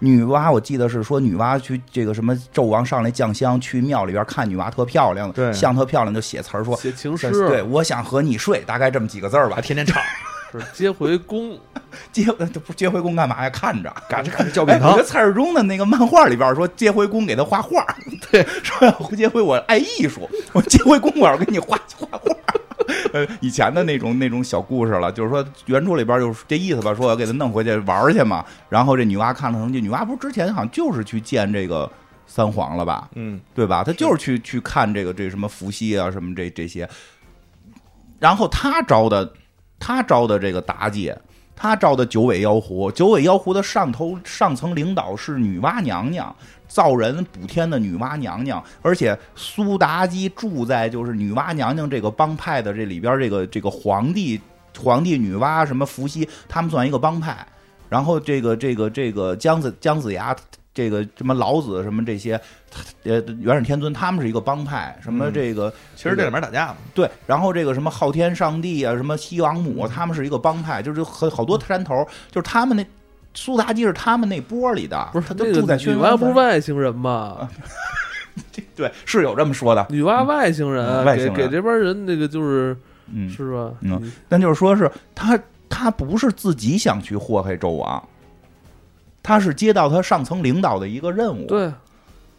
女娲，我记得是说女娲去这个什么纣王上来降香，去庙里边看女娲特漂亮，
对
像特漂亮就写词儿说，
写情诗，
对，我想和你睡，大概这么几个字儿吧
还。天
<laughs>
天唱，
是接回 <laughs> 宫，
接这不接回宫干嘛呀？看着。
嘎吱嘎吱叫
哎我
饼堂
觉得。蔡世忠的那个漫画里边说，接回宫给他画画，对， <laughs> 说要接回我爱艺术，我接回宫我要给你画 <laughs> 画画。呃，以前的那种那种小故事了，就是说原著里边就是这意思吧，说我要给他弄回去玩儿去嘛。然后这女娲看了成绩，女娲不是之前好像就是去见这个三皇了吧，
嗯，
对吧？她就是去去看这个这什么伏羲啊什么这这些，然后她招的他招的这个妲己，他招的九尾妖狐，九尾妖狐的上头上层领导是女娲娘娘，造人补天的女娲娘娘，而且苏妲己住在就是女娲娘娘这个帮派的这里边这个这个皇帝皇帝女娲什么伏羲，他们算一个帮派，然后这个这个这个姜子姜子牙。这个什么老子什么这些，呃，元始天尊他们是一个帮派，什么
嗯
这个
其实这里面打架嘛，
对，然后这个什么昊天上帝啊，什么西王
嗯
母，他们是一个帮派，就是很好多山头，就是他们那苏妲己是他们那波里的，
不是
他
那啊
就
个
住在
女
轩
娲
辕
不是
坟。
外星人吗？
对，是有这么说的，
女娲外星人，
嗯外星人
给给这边人那个就是
嗯，
是吧？
嗯，但就是说是他他不是自己想去祸害纣王，他是接到他上层领导的一个任务，
对，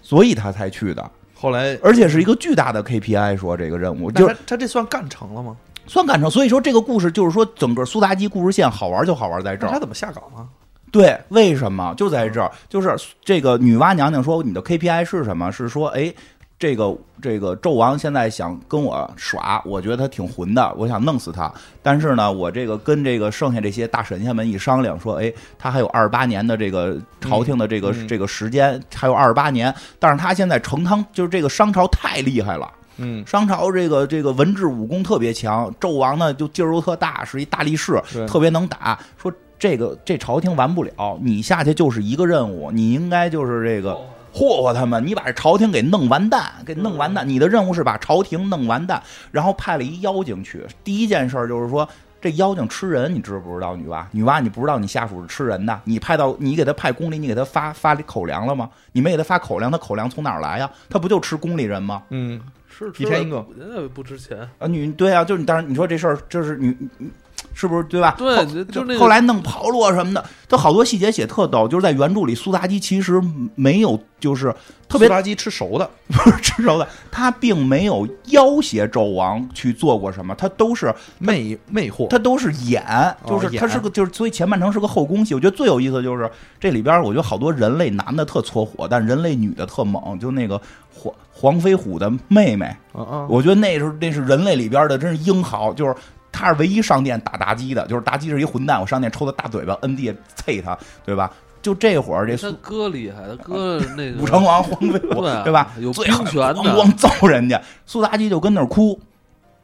所以他才去的，
后来，
而且是一个巨大的 KPI，说这个任务就
那他他这算干成了吗？
算干成，所以说这个故事就是说整个苏妲己故事线好玩就好玩在这
那
儿
他，怎么下岗啊？
对，为什么就在这儿？就是这个女娲娘娘说你的 KPI 是什么？是说，哎，这个这个纣王现在想跟我耍，我觉得他挺混的，我想弄死他。但是呢，我这个跟这个剩下这些大神仙们一商量，说，哎，他还有二十八年的这个朝廷的这个、
嗯
这个时间，还有二十八年。但是他现在成汤就是这个商朝太厉害了。
嗯，
商朝这个这个文治武功特别强，纣王呢就劲儿又特大，是一大力士，
对
特别能打。说这个这朝廷完不了，你下去就是一个任务，你应该就是这
哦
个霍霍他们，你把这朝廷给弄完蛋，给弄完蛋。你的任务是把朝廷弄完蛋，然后派了一妖精去。第一件事儿就是说。这妖精吃人，你知不知道？女娲，女娲，你不知道你下属是吃人的。你派到你给他派宫里，你给他发发口粮了吗？你没给他发口粮，他口粮从哪儿来呀？他不就吃宫里人吗？
嗯，
是
一天一个，
吃了也不值钱。
啊，女对啊，就是你，当然你说这事儿，就是女，你是不是对
<laughs>
吧？
对
后
就就那个
后来弄炮烙什么的，都好多细节写特逗。就是在原著里，苏妲己其实没有，就是 <laughs> 特别
苏妲己吃熟的，
不是吃肉的，她并没有要挟纣王去做过什么，她都是
魅魅惑，
她都是演，
哦
就是
演
她是个就是，所以前半程是个后宫戏。我觉得最有意思的就是这里边，我觉得好多人类男的特搓火，但人类女的特猛，就那个黄黄飞虎的妹妹。
嗯嗯，
我觉得那是那是人类里边的，真是英豪，就是他是唯一上店打妲己的，就是妲己是一混蛋，我上店抽他大嘴巴，摁地下啐他，对吧？就这会儿这
他
苏
哥厉害，他哥
<laughs>
那个
武啊成王黄飞虎，
对啊
对吧？
有
最狠
兵权的
咣咣揍人家，苏妲己就跟那儿哭。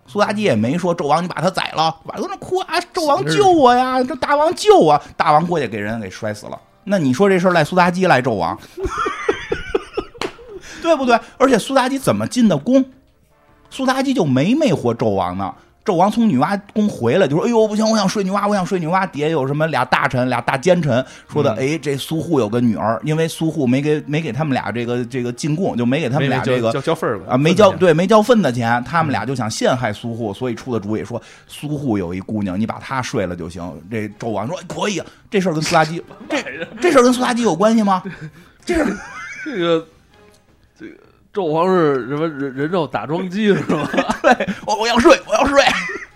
苏妲己也没说纣王你把他宰了，把那哭啊，纣王救我呀，这大王救我，大王过去给人给摔死了。那你说这事儿赖苏妲己赖纣王， <laughs> 对不对？而且苏妲己怎么进的宫？苏妲己就没魅惑纣王呢。纣王从女娲宫回来就说：“哎呦，不行，我想睡女娲，我想睡女娲。”底下有什么俩大臣、俩大奸臣说的：“
嗯
哎，这苏护有个女儿，因为苏护没给没给他们俩这个这个进贡，就没给他们俩这个
交交份儿了
啊，没交对没交份子钱，他们俩就想陷害苏护，所以出的主意说苏护有一姑娘，你把她睡了就行。这纣王说哎可以，这事儿跟苏妲己这这事儿跟苏妲己有关系吗？这事儿
这个这个纣王是什么人人肉打桩机是吧？
<laughs> 我我要睡，我要睡，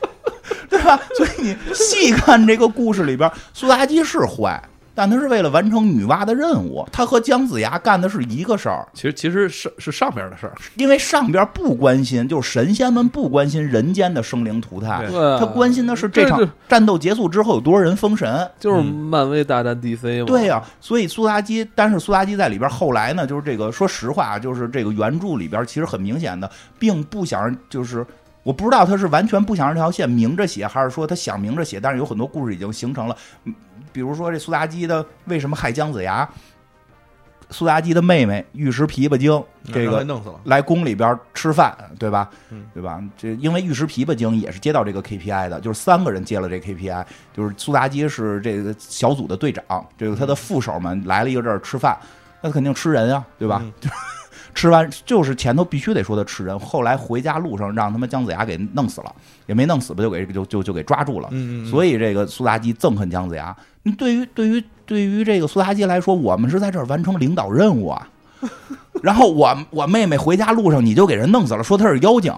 <laughs> 对吧？所以你细看这个故事里边，苏妲己是坏，但她是为了完成女娲的任务，她和姜子牙干的是一个事儿。
其实其实是是上边的事儿，
因为上边不关心，就是神仙们不关心人间的生灵涂炭，
对
呃对啊
他关心的是这
这
场
就
战斗结束之后有多少人封神。
就是
嗯
漫威大战 DC 嘛。
对呀、啊所以苏妲己，但是苏妲己在里边后来呢，就是这个，说实话啊，就是这个原著里边其实很明显的，并不想让，就是我不知道他是完全不想让这条线明着写，还是说他想明着写，但是有很多故事已经形成了，嗯比如说这苏妲己的为什么害姜子牙，苏妲己的妹妹玉石琵琶精，这
让
个
人弄死了。
来宫里边吃饭，对吧？
嗯
对吧？这因为玉石琵琶精也是接到这个 KPI 的，就是三个人接了这 KPI，就是苏妲己是这个小组的队长，这个他的副手们来了一个这儿吃饭，那肯定吃人啊，对吧？
嗯
<laughs> 吃完就是前头必须得说他吃人，后来回家路上让他们姜子牙给弄死了，也没弄死吧，就给就就就给抓住了。
嗯
所以这个苏妲己憎恨姜子牙。对于对于对于这个苏妲己来说，我们是在这儿完成领导任务
<laughs>
啊。然后我我妹妹回家路上你就给人弄死了，说她是妖精，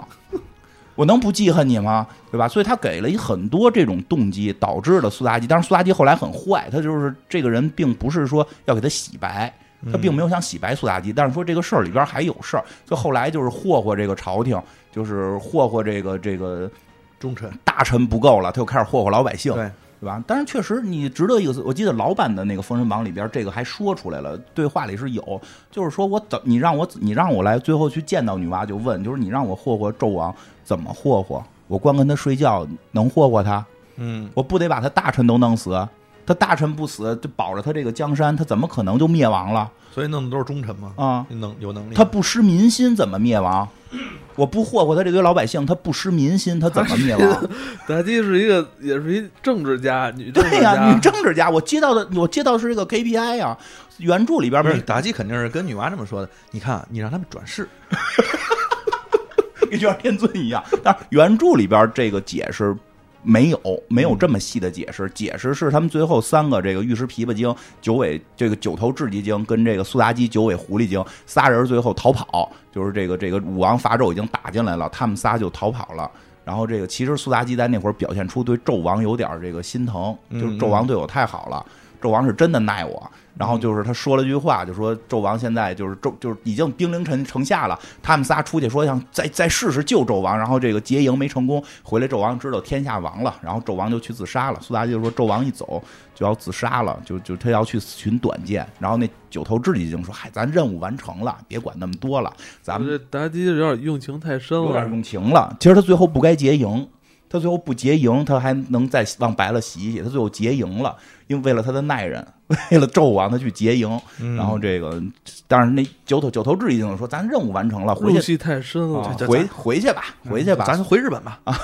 我能不记恨你吗？对吧？所以她给了很多这种动机，导致了苏妲己。当然，苏妲己后来很坏，她就是这个人，并不是说要给她洗白，
嗯
他并没有想洗白苏妲己，但是说这个事儿里边还有事儿，就后来就是霍霍这个朝廷，就是霍霍这个这个
嗯忠臣，
大臣不够了，他又开始霍霍老百姓，
对
对吧？但是确实你值得一个思，我记得老版的那个《封神榜》里边这个还说出来了，对话里是有，就是说我怎你让我你让我来最后去见到女娲就问，就是你让我霍霍纣王怎么霍霍？我光跟他睡觉能霍霍他？
嗯，
我不得把他大臣都弄死？他大臣不死，就保着他这个江山，他怎么可能就灭亡了
所以弄的都是忠臣嘛，
啊？
能有能力，
他不失民心怎么灭亡？我不霍霍他这堆老百姓，他不失民心，他怎么灭亡？
妲己是一个，也是一政治家，女政治
对
家。
呀、女政治家，我接到的，我接到的是这个 KPI 啊，原著里边
不是
没
妲己肯定是跟女娲这么说的。你看，啊你让他们转世，
跟《就像天尊》 <laughs> 一样，但是原著里边这个解释没有没有这么细的解释，解释是他们最后三个这个玉石琵琶精、九尾这个九头雉鸡精跟这个苏妲己九尾狐狸精仨人最后逃跑，就是这个这个武王伐纣已经打进来了，他们仨就逃跑了。然后这个其实苏妲己在那会儿表现出对纣王有点这个心疼，就是纣王对我太好了，纣王是真的耐我。然后就是他说了句话，就说纣王现在就是纣就是已经兵临城城下了，他们仨出去说想再再试试救纣王，然后这个劫营没成功，回来纣王知道天下亡了，然后纣王就去自杀了。苏妲己就说纣王一走就要自杀了，就就他要去寻短见。然后那九头雉已经说，嗨，咱任务完成了，别管那么多了，咱们
这妲己有点用情太深
有点
了，
用情了。其实他最后不该结营，他最后不结营，他还能再往白了洗一洗。他最后结营了，因为为了他的耐人， <laughs> 为了纣王，他去结营。然后这个，但是那九头九头雉已经说，咱任务完成了，回
入
去
戏太深了。
啊
这这
回
咱嗯
回去吧，回去吧。啊
咱回日本吧。
<laughs>
他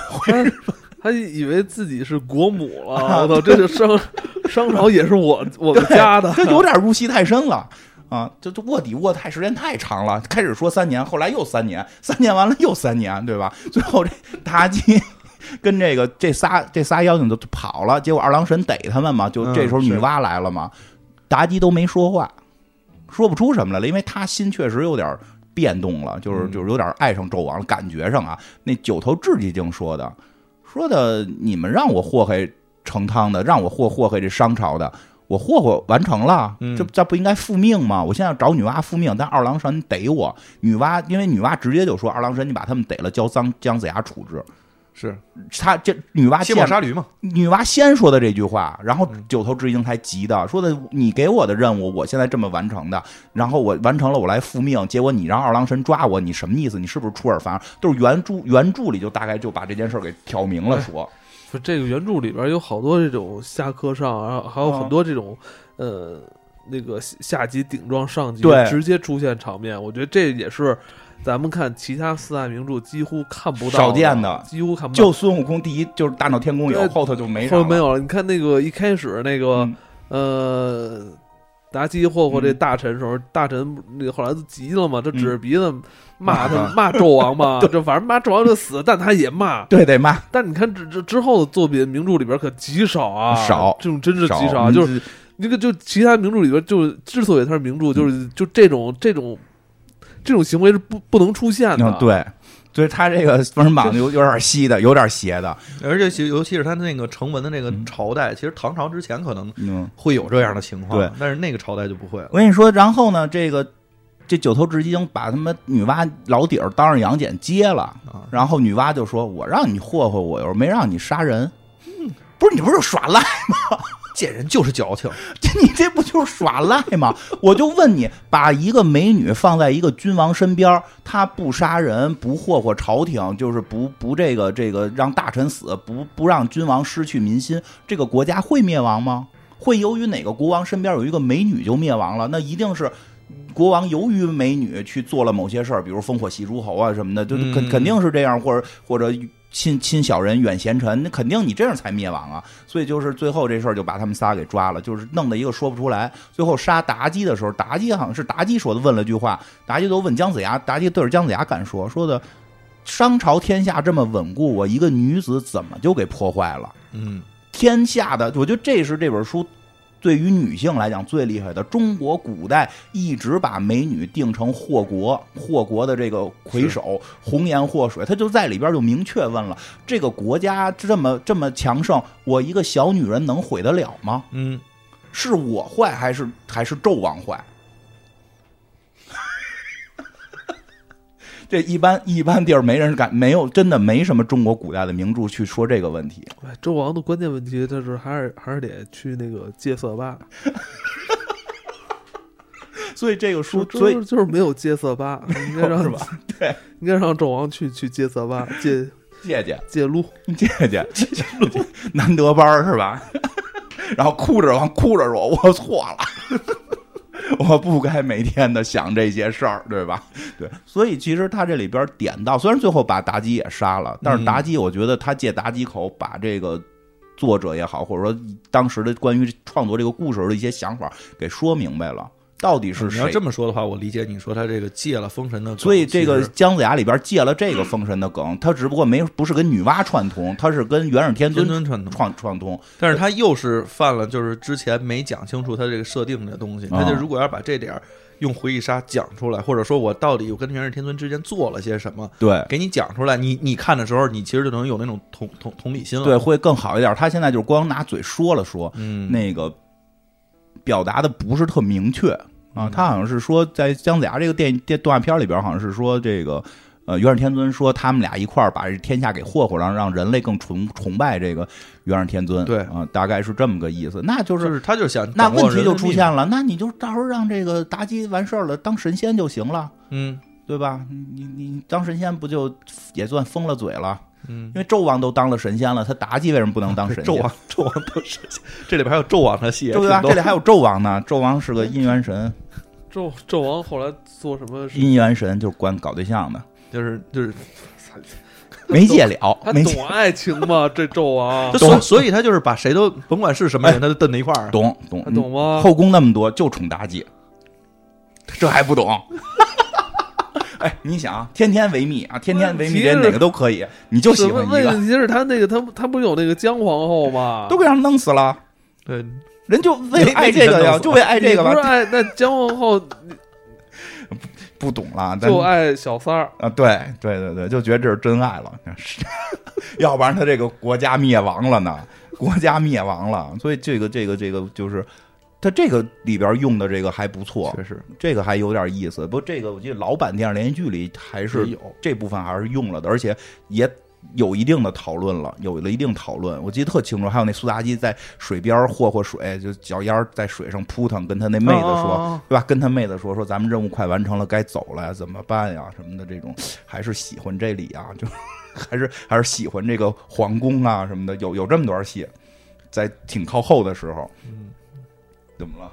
他以为自己是国母
啊
了，我操，这个商
<laughs>
商朝也是我我们家的，
这有点入戏太深了。啊，这这卧底卧太时间太长了，开始说三年，后来又三年，三年完了又三年，对吧？最后这妲己跟这个这仨这仨妖精就跑了，结果二郎神逮他们嘛，就
嗯
这时候女
是
娲来了嘛，妲己都没说话，说不出什么来了，因为她心确实有点变动了，就是
嗯
就是有点爱上纣王了，感觉上啊，那九头雉鸡精说的，说的你们让我祸害成汤的，让我祸祸害这商朝的，我祸祸完成了，
嗯
这这不应该复命吗？我现在要找女娲复命，但二郎神逮我，女娲因为女娲直接就说二郎神你把他们逮了，交姜姜子牙处置。
是
她这女娲
卸磨
见
杀驴嘛，
女娲先说的这句话，然后
嗯
九头之鹰才急的说的：“你给我的任务，我现在这么完成的，然后我完成了，我来复命，结果你让二郎神抓我，你什么意思？你是不是出尔反尔？”都是原著原著里就大概就把这件事儿给挑明
哎
了说。
不 <laughs> 是这个原著里边有好多这种下课上，然后还有
啊
很多这种、呃那个下下级顶撞上级，
对
直接出现场面。我觉得这也是咱们看其他四大名著几乎看不到、
少见的
几乎看不到。
就孙悟空第一就是大闹天宫有，
对
后头就没啥
后
了
面没有了。你看那个一开始那个、呃
嗯
妲己霍霍这
嗯
大臣时候，大臣那后来都急了嘛，这指着
嗯
鼻子骂他、骂
骂
纣王
<laughs>
嘛，就反正骂纣王就死，但他也骂。
对得骂
但你看之之之后的作品，名著里边可极少啊，
少
这种真是极
少嗯
少啊，就是那个就其他名著里边，就是之所以它是名著，就是就这种这种这种行为是不不能出现的
嗯，对，所以他这个封神榜有有点稀的，有点邪的，
而且其尤其是他那个成文的那个朝代，其实唐朝之前可能
嗯。
会有这样的情况，
对，
但是那个朝代就不会了。
我跟你说，然后呢，这个这九头直鹰把他们女娲老底儿当着杨戬接了
啊，
然后女娲就说：“我让你霍霍我，又没让你杀人。”不是你不是耍赖？ <laughs>
贱人就是矫情，
这你这不就是耍赖吗？我就问你，把一个美女放在一个君王身边儿，她不杀人，不霍霍朝廷，就是不不这个这个让大臣死，不不让君王失去民心，这个国家会灭亡吗？会由于哪个国王身边有一个美女就灭亡了？那一定是。国王由于美女去做了某些事儿，比如烽火戏诸侯啊什么的，就
嗯
肯肯定是这样，或者或者亲亲小人远贤臣，那肯定你这样才灭亡啊。所以就是最后这事儿就把他们仨给抓了，就是弄得一个说不出来。最后杀妲己的时候，妲己好像是妲己说的，问了句话，妲己都问姜子牙，妲己对着姜子牙敢说说的，商朝天下这么稳固，我一个女子怎么就给破坏了？
嗯，
天下的，我觉得这是这本书对于女性来讲最厉害的。中国古代一直把美女定成祸国，祸国的这个魁首，红颜祸水，他就在里边就明确问了：这个国家这么这么强盛，我一个小女人能毁得了吗？
嗯，
是我坏还是还是纣王坏？ <laughs> 这一般一般地儿没人敢，没有真的没什么中国古代的名著去说这个问题。
哎纣王的关键问题，就是还是还是得去那个戒色吧，
所以这个
就
书，所以
就是就是没有戒色
<laughs>
吧，应该让
是吧？对，
应该让纣王去去戒色 <laughs> 吧，戒
借借
戒撸。
<laughs> 借借，难得班儿是吧？ <laughs> 然后哭着往哭着说：“我错了， <laughs> 我不该每天的想这些事儿，对吧？”对，所以其实他这里边点到，虽然最后把妲己也杀了，但是
嗯
妲己，我觉得他借妲己口把这个。作者也好，或者说当时的关于创作这个故事的一些想法给说明白了，到底是
嗯你
谁？
要这么说的话，我理解你说他这个借了封神的梗，
所以这个
其实
姜子牙里边借了这个封神的梗，他只不过没不是跟女娲串通，他是跟元始天
尊
尊
尊传统，
串串通。
但是他又是犯了就是之前没讲清楚他这个设定的东西，
啊
他就如果要把这点儿用回忆杀讲出来，或者说我到底我跟元始天尊之间做了些什么，
对
给你讲出来，你你看的时候，你其实就能有那种同同同理心了。
对，，会更好一点。他现在就是光拿嘴说了说，
嗯，
那个表达的不是特明确
嗯
啊。他好像是说，在姜子牙这个电电动画片里边，好像是说这个呃元始天尊说他们俩一块儿把这天下给霍霍，让让人类更崇崇拜这个元始天尊。
对
啊，大概是这么个意思。那就是
就是他就想
那
掌握
问题
人
就
的
出
命
现了，那你就到时候让这个妲己完事儿了，当神仙就行了，
嗯
对吧？你你你当神仙不就也算封了嘴了？
嗯
因。为纣王都当了神仙了，他妲己为什么不能当神仙？
<laughs> 纣王，纣王都是这里边还有纣王的戏也
对
挺
不
多，
对？这里还有纣王呢，纣王是个姻缘神，
纣纣王后来做什么事？
姻缘神就是管搞对象的，
就是就是，
没戒了，
他
<laughs> 没戒
懂爱情
<laughs>
吗？这啊纣王
就所所以他就是把谁都甭管是什
哎
么人，他就瞪在一块儿。
懂懂嗯
他懂吗
后宫那么多，就宠妲己，这还不懂？ <laughs> 哎，你想，天天维密啊，天天维密，这哪个都可以，你就喜
什么
欢一个，
问题是他那个他他不是有那个姜皇后吗？
都给让人弄死了。
对，
人就为
为
爱这个呀，就为爱这个
你不是啊
吧，
爱那姜皇后
不懂了，咱
就爱小三儿，
啊，对对对对，就觉得这是真爱了，是 <laughs> 要不然他这个国家灭亡了呢，国家灭亡了，所以这个这个这个就是他这个里边用的这个还不错，
确实
这个还有点意思。不，过这个我记得老版电视连续剧里还是
也有
这部分还是用了的，而且也有一定的讨论了，有了一定讨论。我记得特清楚，还有那苏妲己在水边儿霍霍水，就脚丫儿在水上扑腾，跟他那妹子说，
哦
对吧？跟他妹子说说咱们任务快完成了，该走了呀，怎么办呀？什么的这种，还是喜欢这里啊，就还是 <laughs> 还是喜欢这个皇宫啊什么的，有有这么段戏，在挺靠后的时候，
嗯
怎么了？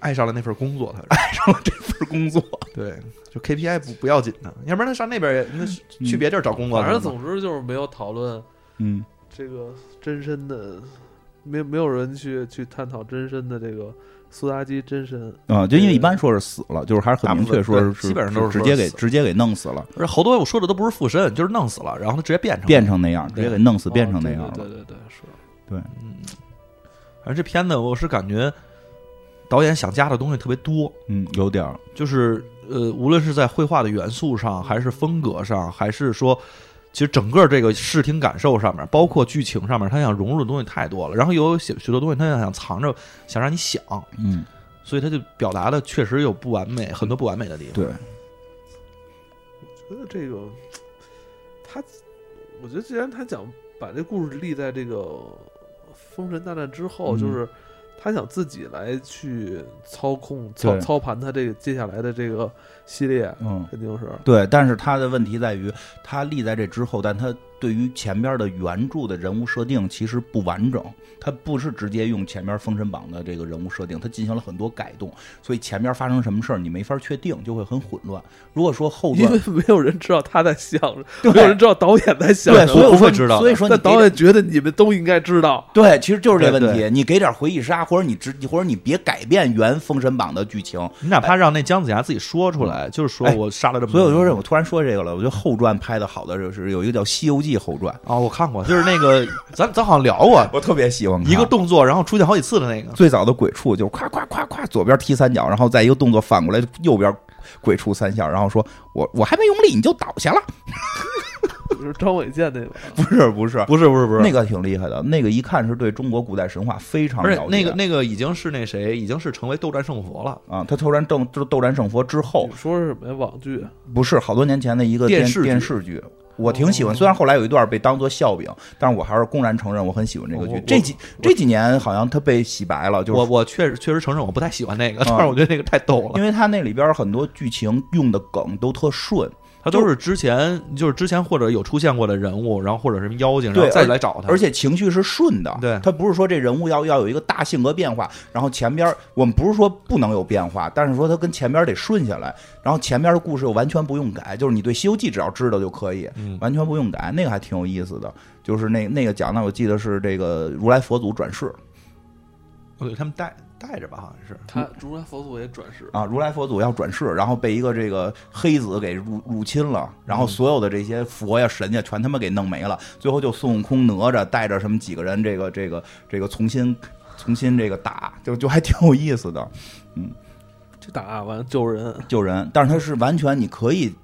爱上了那份工作，他是
不是工
<laughs>
作，
对，就 KPI 不不要紧的，要不然他上那边也那是
嗯
去别地儿找工作去
反
了
正
嘛，
总之就是没有讨论
嗯，
这个真身的，没没有人去去探讨真身的这个苏妲己真身。
啊，就因为一般说是死了，就是还是很明确说
大部
是
分对基本上都是
直
说
接给
死
直接给弄死了，
而且好多我说的都不是附身，就是弄死了，然后他直接变成
变成那样，直接给弄死变成那样
哦对
了。
对对对，对是。
嗯，反正这片子我是感觉导演想加的东西特别多，
嗯，有点儿，
就是呃，无论是在绘画的元素上，还是风格上，还是说，其实整个这个视听感受上面，包括剧情上面，他想融入的东西太多了。然后又有许许多东西，他想藏着，想让你想，
嗯，
所以他就表达的确实有不完美，很多不完美的地方。
对，
觉得这个，他，我觉得既然他讲把这故事立在这个封神大战之后，
嗯
就是他想自己来去操控、操
对
操盘他这个接下来的这个系列，
嗯，
肯定是
对。但是他的问题在于，他立在这之后，但他对于前边的原著的人物设定其实不完整，他不是直接用前边《封神榜》的这个人物设定，他进行了很多改动，所以前边发生什么事儿你没法确定，就会很混乱。如果说后
因
段
<laughs> 为，没有人知道他在想，
对
没有人知道导演在想
对，
什
所以
么。
我说
不会知道的
所以说你
但
给
导演觉得你们都应该知道，
对，其实就是这
对
问题。你给点回忆杀，或者你直，或者你别改变原《封神榜》的剧情。
你哪怕让那姜子牙自己说出来，就是说
哎
我杀了这么
所
多
以
人，
我说这，我突然说这个了。我觉得后传拍的好的就是有一个叫《西游记》后传，
啊、我看过，就是那个咱咱好像聊过
我特别喜欢看
一个动作，然后出现好几次的那个。
最早的鬼畜就是夸夸夸夸，左边踢三脚，然后再一个动作反过来，右边鬼畜三下，然后说我我还没用力你就倒下了， <laughs>
就是张伟健那个，
不是不是，
不是不是不是
那个挺厉害的，那个一看是对中国古代神话非常
而
了
且
解。
那个那个已经是那谁，已经是成为斗战胜佛了。
啊，他突然斗斗斗战胜佛之后
你，说是什么呀？网剧啊
不是好多年前的一个
电
电
视剧哦
电视剧。我挺喜欢，虽然后来有一段被当做笑柄，但是我还是公然承认我很喜欢这个
哦我
剧
我。
这几这几年好像他被洗白了，就是
我我确实确实承认我不太喜欢那个，
啊
但是我觉得那个太逗了
因，为他那里边很多剧情用的梗都特顺，
他都是之前就是之前或者有出现过的人物，然后或者什么妖精，然
对
后再
而
来找他，
而且情绪是顺的。
对
他不是说这人物要要有一个大性格变化，然后前边我们不是说不能有变化，但是说他跟前边得顺下来，然后前边的故事又完全不用改，就是你对《西游记》只要知道就可以，
嗯
完全不用改，那个还挺有意思的。就是那那个讲的，我记得是这个如来佛祖转世
我给哦他们带带着吧，好像是
他如来佛祖也转世，
啊，如来佛祖要转世，然后被一个这个黑子给入入侵了，
嗯
然后所有的这些佛呀神呀全他妈给弄没了，最后就孙悟空哪吒带着什么几个人，这个这个这个重新重新这个打，就就还挺有意思的
就打完救人，
救人，但是他是完全你可以。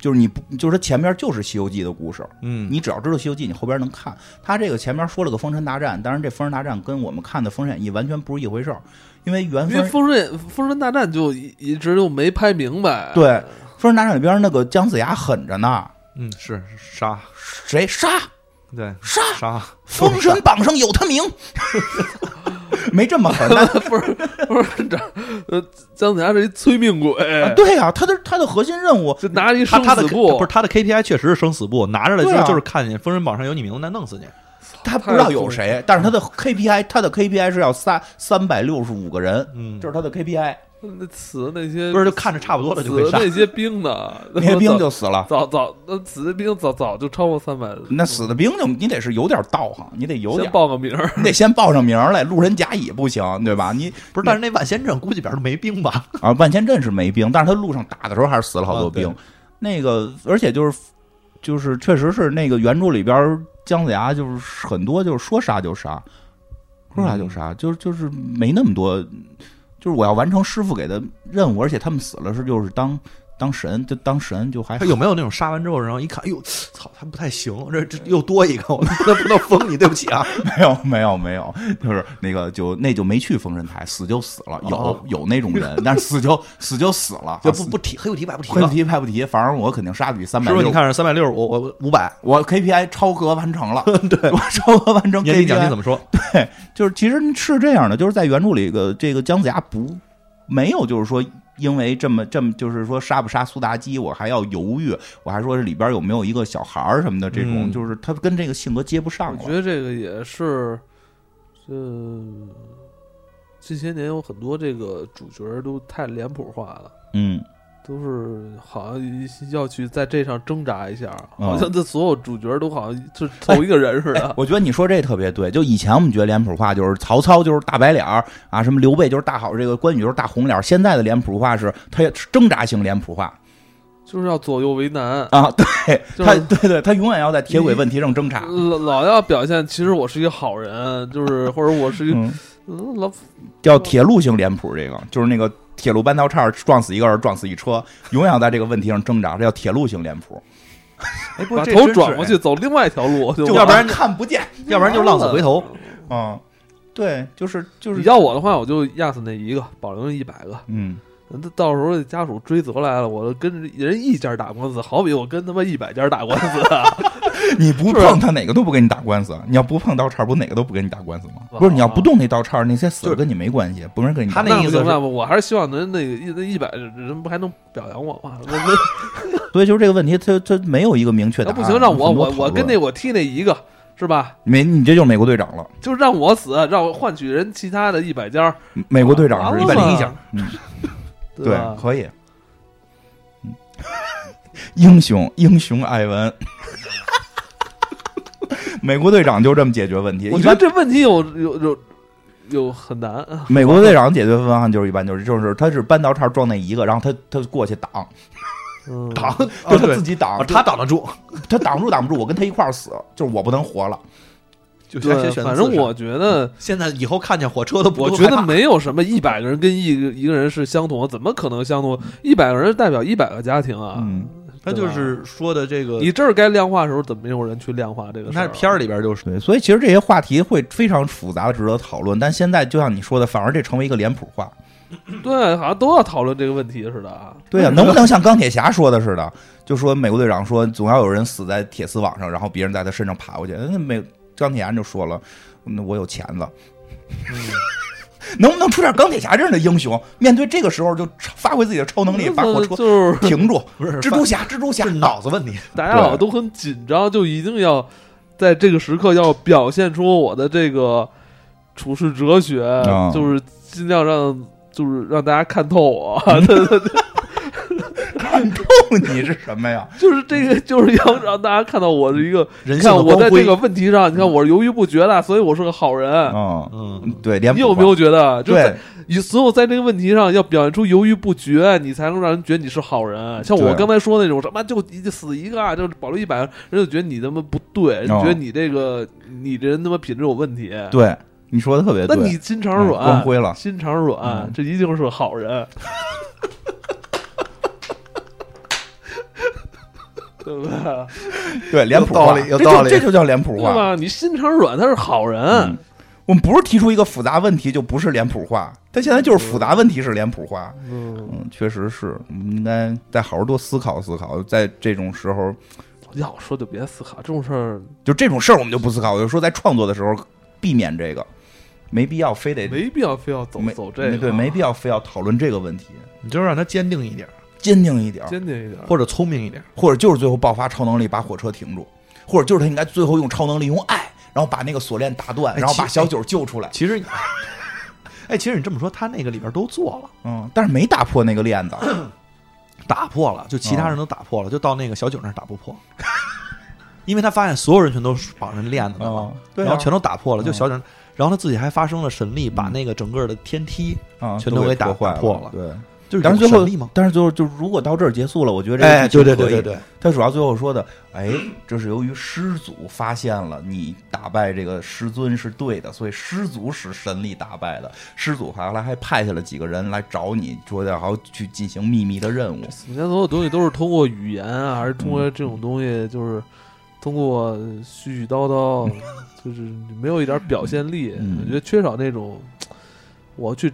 就是你不，就是他前面就是《西游记》的故事，
嗯，
你只要知道《西游记》，你后边能看。他这个前面说了个封神大战，当然这封神大战跟我们看的《封神演义》完全不是一回事儿，因为原
因为
封
《封神封神大战》就一一直就没拍明白。
对《封神大战》里边那个姜子牙狠着呢，
嗯是是杀
谁杀
对
杀
杀
封神榜上有他名， <laughs> 没这么狠。 <laughs> 但
不是 <laughs> 不是这，呃，姜子牙是一催命鬼，
对啊，他的他的核心任务
就拿一
他
生
他的
死簿，
不是他的 KPI 确实是生死簿，拿着来就
对啊
就是看见封神榜上有你名字，那弄死你。
他不知道有谁，但是他的 KPI 他的 KPI 是要三三百六十五个人，
嗯
这是他的 KPI， <laughs>
那死那些
不是就看着差不多了就
死
会杀
那些兵
<laughs>
呢？
那些兵就
早
死了。
早早那死的兵早早就超过三百，
那死的兵就你得是有点道行，你得有
先
点，
报个名儿，
你得先报上名来，路人甲乙不行，对吧？你
不是，但是那万仙阵估计边上没兵吧？
啊，万千镇是没兵，但是他路上打的时候还是死了好多兵。
啊
那个，而且就是就是，确实是那个原著里边姜子牙就是很多就是说杀就杀，说杀就杀，就是就是没那么多，就是我要完成师傅给的任务，而且他们死了是就是当当神就当神就还
<laughs> 他有没有那种杀完之后，然后一看，哎呦，操，他不太行，这这又多一个，我那不能封你，对不起啊。
<laughs> 没有没有没有，就是那个就那就没去封神台，死就死了，有、
哦
有那种人，但是死就死就死了，
就不不提，黑不提白不提
黑
了
啊不。提白不提，反正我肯定杀的比三百
师傅，你
六，
看是三百六十五，我我五百，
我 KPI 超额完成了， <laughs> 对，我超额完成
年底奖
KPI
金怎么说？
对，就是其实是这样的，就是在原著里个这个姜子牙不没有就是说。因为这么这么，就是说杀不杀苏妲己，我还要犹豫，我还说这里边有没有一个小孩儿什么的，这种、
嗯
就是他跟这个性格接不上啊
我
了
觉得这个也是，这近些年有很多这个主角儿都太脸谱化了。
嗯，
都是好像要去在这上挣扎一下，
嗯
好像这所有主角都好像是凑一个人似
<laughs>
的。
我觉得你说这特别对，就以前我们觉得脸谱化就是曹操就是大白脸儿啊，什么刘备就是大好，这个关羽就是大红脸儿。现在的脸谱化是他也是挣扎型脸谱化
就是要左右为难，
啊，对
就
他
是
对对，他永远要在铁轨问题上挣扎。
老老要表现其实我是一个好人，就是或者我是一个
嗯，
嗯老
叫铁路型脸谱，这个就是那个铁路半道岔儿撞死一个人，撞死一车，永远要在这个问题上挣扎，这叫铁路型脸谱。
哎，不
把
是这
头
真是
转过去，走另外一条路，就
就
要不然
看不见
哎要不然就浪子回头。
啊，对，就是就是
你要我的话，我就压死那一个，保留那一百个。
嗯。
那到时候家属追责来了，我就跟人一家打官司，好比我跟他妈一百家打官司啊。
你不
是吧啊
碰他哪个都不跟你打官司，啊你要不碰刀叉，不哪个都不跟你打官司吗？
哇
不是，你要不动那刀叉，那些死了跟你没关系，不是跟你打
他那意思
不行
是
啊那我还是希望能那个那一百人不还能表扬我吗？那那
所以就是这个问题，他他没有一个明确答
那
案。
不行，让我
很多
我
讨
我
论
跟那我踢那一个是吧？
美，你这就是美国队长了。
就让我死，让我换取人其他的一百家，
美国队长
完
是
了
一百零
<laughs>
一奖，
对
对
吧，？
可以。嗯 <laughs> 英雄英雄艾文， <laughs> 美国队长就这么解决问题。
我
一
觉得
般
这问题有有有有很难，啊
美国队长解决方案就是一般就是就是他是扳刀叉撞那一个，然后他他过
<laughs>
去挡，
嗯，
<laughs>
挡，
就
就
他
他
自
自己
己
啊
挡，
啊他挡得住，
他挡住挡不住，我跟他一块儿死，就是我不能活了。
就先
对，
选
反
自
正
杀
我觉
嗯
得，
现在以后看见火车都不
我觉得没有什么一百个人跟一个一个人是相同的，怎么可能相同？一百个人代表一百个家庭啊，
嗯，
他就是说的这个，
你这儿该量化的时候，怎么没有人去量化这个事儿
那
啊？
片儿里边就是
对，所以其实这些话题会非常复杂，值得讨论。但现在就像你说的，反而这成为一个脸谱化。
对，好像都要讨论这个问题似的啊。<laughs>
对呀、能不能像钢铁侠说的似的，就说美国队长说总要有人死在铁丝网上，然后别人在他身上爬过去。那美钢铁侠就说了，那我有钱了。
嗯
<laughs> 能不能出点钢铁侠这样的英雄？面对这个时候就发挥自己的超能力，把火车
就是
停住。
不是
蜘蛛侠，蜘蛛侠
是脑子问题，
大家好像都很紧张，就一定要在这个时刻要表现出我的这个处世哲学，
啊
就是尽量让就是让大家看透我。 <laughs> 对对对，
碰你是什么呀？
<laughs> 就是这个就是要让大家看到我是一个，
人
你
性
看
的
我在
光
这个
辉。
问题上，你看我是犹豫不决的，所以我是个好人。
嗯，
嗯，
对，脸
啊你
谱
有没
化
有觉得，就是
对
在你所有在这个问题上要表现出犹豫不决，你才能让人觉得你是好人。像我
对啊
刚才说那种什么就一死一个啊，就是保留一百，人就觉得你他妈不对，人
哦
觉得你这个你这人他妈品质有问题。
对，你说的特别
那
对。
你心肠
嗯
软，
光辉了
心肠软
嗯，
这一定是好人。 <laughs> 对不对？
对脸谱
有道
化，
理有
这
道
就
理
这就叫脸谱
对
化。
吧？你心肠软，他是好人。
嗯，我们不是提出一个复杂问题就不是脸谱化，但现在就是复杂问题是脸谱化。
嗯，
嗯，确实是，我们应该再好好多思考思考。在这种时候，
要我说就别思考这种事儿，
就这种事儿我们就不思考，我就说在创作的时候避免这个，没必要非得
没必要非要走
没
走这个，
啊
对，没必要非要讨论这个问题，
你就让他坚定一点，啊
坚定一点儿，
坚定一点。
或者聪明一点。
或者就是最后爆发超能力把火车停住，或者就是他应该最后用超能力用爱，然后把那个锁链打断，
哎
然后
其
把小九救出来。
其实， <laughs> 哎，其实你这么说，他那个里边都做了，
嗯，但是没打破那个
<clears throat>
链子。
打破了，就其他人都打破了，就到那个小九那儿打不破， <laughs> 因为他发现所有人全都绑着链子呢嘛
哦，对啊
然后全都打破了，就
嗯
小九那儿，嗯然后他自己还发生了神力，把那个整个的天梯
啊，
全都给打
破坏
打破了
对，
就是
但是最
有
后
神力吗？，
但是最后就是如果到这儿结束了，我觉得这个
哎，
剧情
对对对
可以
对对，
他主要最后说的，哎，这是由于师祖发现了你打败这个师尊是对的，所以师祖使神力打败的。师祖后来还派下了几个人来找你，说要好去进行秘密的任务。
以前所有东西都是通过语言啊，还是通
嗯
过这种东西，就是通过絮絮叨
<laughs>
叨，就是没有一点表现力。
嗯
我觉得缺少那种我去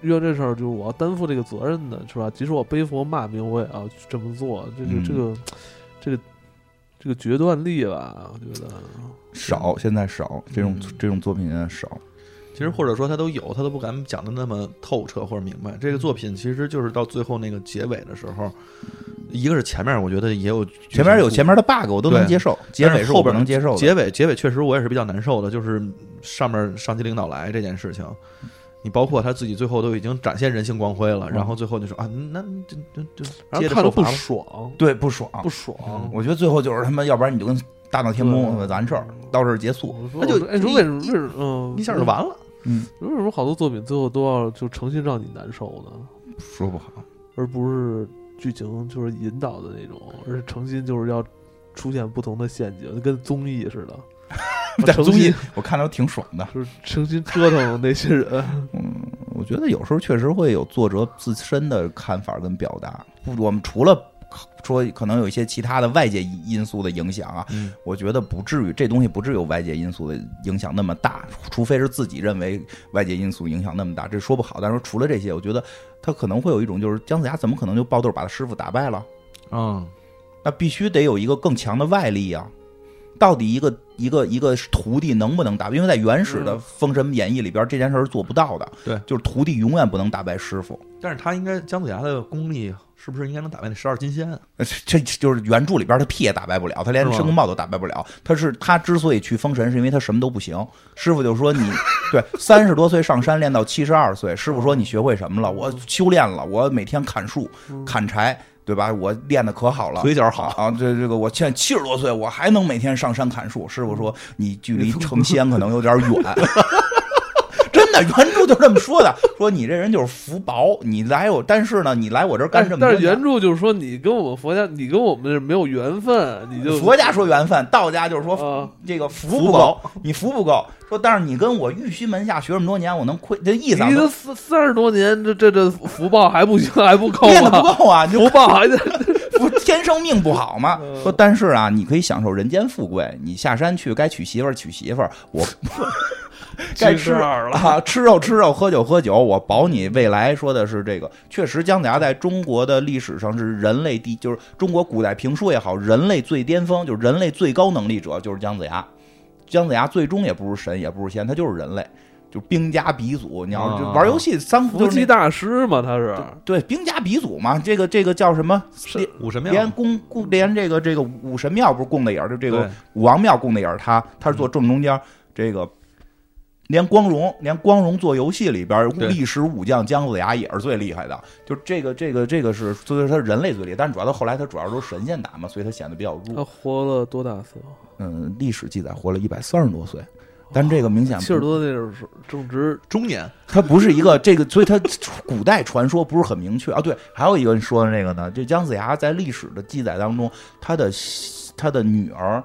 遇到这事儿，就是我要担负这个责任的，是吧？即使我背负骂名，我也要去这么做。这个、
嗯
这个这个这个决断力吧，我觉得
少，现在少这种
嗯
这种作品现在少。
其实或者说他都有，他都不敢讲的那么透彻或者明白。这个作品其实就是到最后那个结尾的时候，一个是前面我觉得也有
前面有前面的 bug 我都能
对
接受，结
但
尾
是
我
后
不
边
能接受的。
结尾结尾确实我也是比较难受的，就是上面上级领导来这件事情，你包括他自己最后都已经展现人性光辉了，
嗯
然后最后就说啊，那这这这
让
接
人
着
看
受
着
罚
不
吧。
爽，
对不爽，
不爽。
我觉得最后就是他妈，要不然你就跟大闹天宫
对
完事儿，到这儿结束。
我说
那就
哎，你说为什么？为什么？嗯，
一下就完了，
嗯，
为什么好多作品最后都要就诚心让你难受呢？
说不好。。
而不是剧情就是引导的那种，而是诚心就是要出现不同的陷阱，就跟综艺似的我
在
诚
综艺
心
我看着挺爽的。
就是诚心折腾那些人， <laughs>
嗯我觉得有时候确实会有作者自身的看法跟表达。不，我们除了说可能有一些其他的外界因素的影响啊，
嗯
我觉得不至于，这东西不至于有外界因素的影响那么大，除非是自己认为外界因素影响那么大，这说不好。但是除了这些，我觉得他可能会有一种就是姜子牙怎么可能就爆豆把他师傅打败了？
嗯，
那必须得有一个更强的外力啊。到底一个一个一个徒弟能不能打败？因为在原始的《
嗯
封神演义》里边，这件事儿是做不到的。
对
就是徒弟永远不能打败师傅。
但是他应该姜子牙的功力是不是应该能打败那十二金仙啊？
呃这这就是原著里边他屁也打败不了，他连
是吗
申公豹都打败不了。他是他之所以去封神，是因为他什么都不行。师傅就说你 <laughs> 对三十多岁上山练到七十二岁，师傅说你学会什么了？我修炼了，我每天砍树、砍柴，对吧？我练的可好了，
腿脚好
啊！这这个我现在七十多岁，我还能每天上山砍树。师傅说你距离成仙可能有点远。 <laughs> 真的，原著就这么说的，说你这人就是福薄，你来我，但是呢，你来我这儿干
但
这
是
么多
但
年，
是原著就是说你跟我们佛家，你跟我们是没有缘分，你就
佛家说缘分，道家就是说、
啊
这个福不够，你福不够。说，但是你跟我玉虚门下学这么多年，我能亏这意思啊
你都四四十多年，这这这福报还不行，还不够
练的不
吗？
够啊，你就
福报还得
不天生命不好嘛。
嗯
说，但是啊，你可以享受人间富贵，你下山去该娶媳妇儿娶媳妇儿，
<laughs>
我 <laughs> 该吃
二了。
啊，吃肉吃肉，喝酒喝酒，我保你未来。说的是这个，确实姜子牙在中国的历史上是人类第，就是中国古代评书也好，人类最巅峰，就是人类最高能力者就是姜子牙。姜子牙最终也不是神，也不是仙，他就是人类，就是兵家鼻祖。你要就玩游戏，三国
啊伏
就是
击
那
大师嘛，他是
对兵家鼻祖嘛，这个这个叫什么？
是武神
连
庙，
供供连这个这个武神庙不是供的也是这个
对
武王庙供的也是他，他是坐正中间儿。这个连光荣，连光荣做游戏里边儿
对
历史武将姜子牙也是最厉害的。就这个这个这个是，所以说他人类最厉害，但是主要他后来他主要都是神仙打嘛，所以他显得比较
他
弱。
活了多大岁数？
嗯，历史记载活了一百三十多岁。但这个明显不
七十多那时候正值
中年
它不是一个这个，所以它古代传说不是很明确啊。对，还有一个人说的那个呢，这姜子牙在历史的记载当中，他的他的女儿，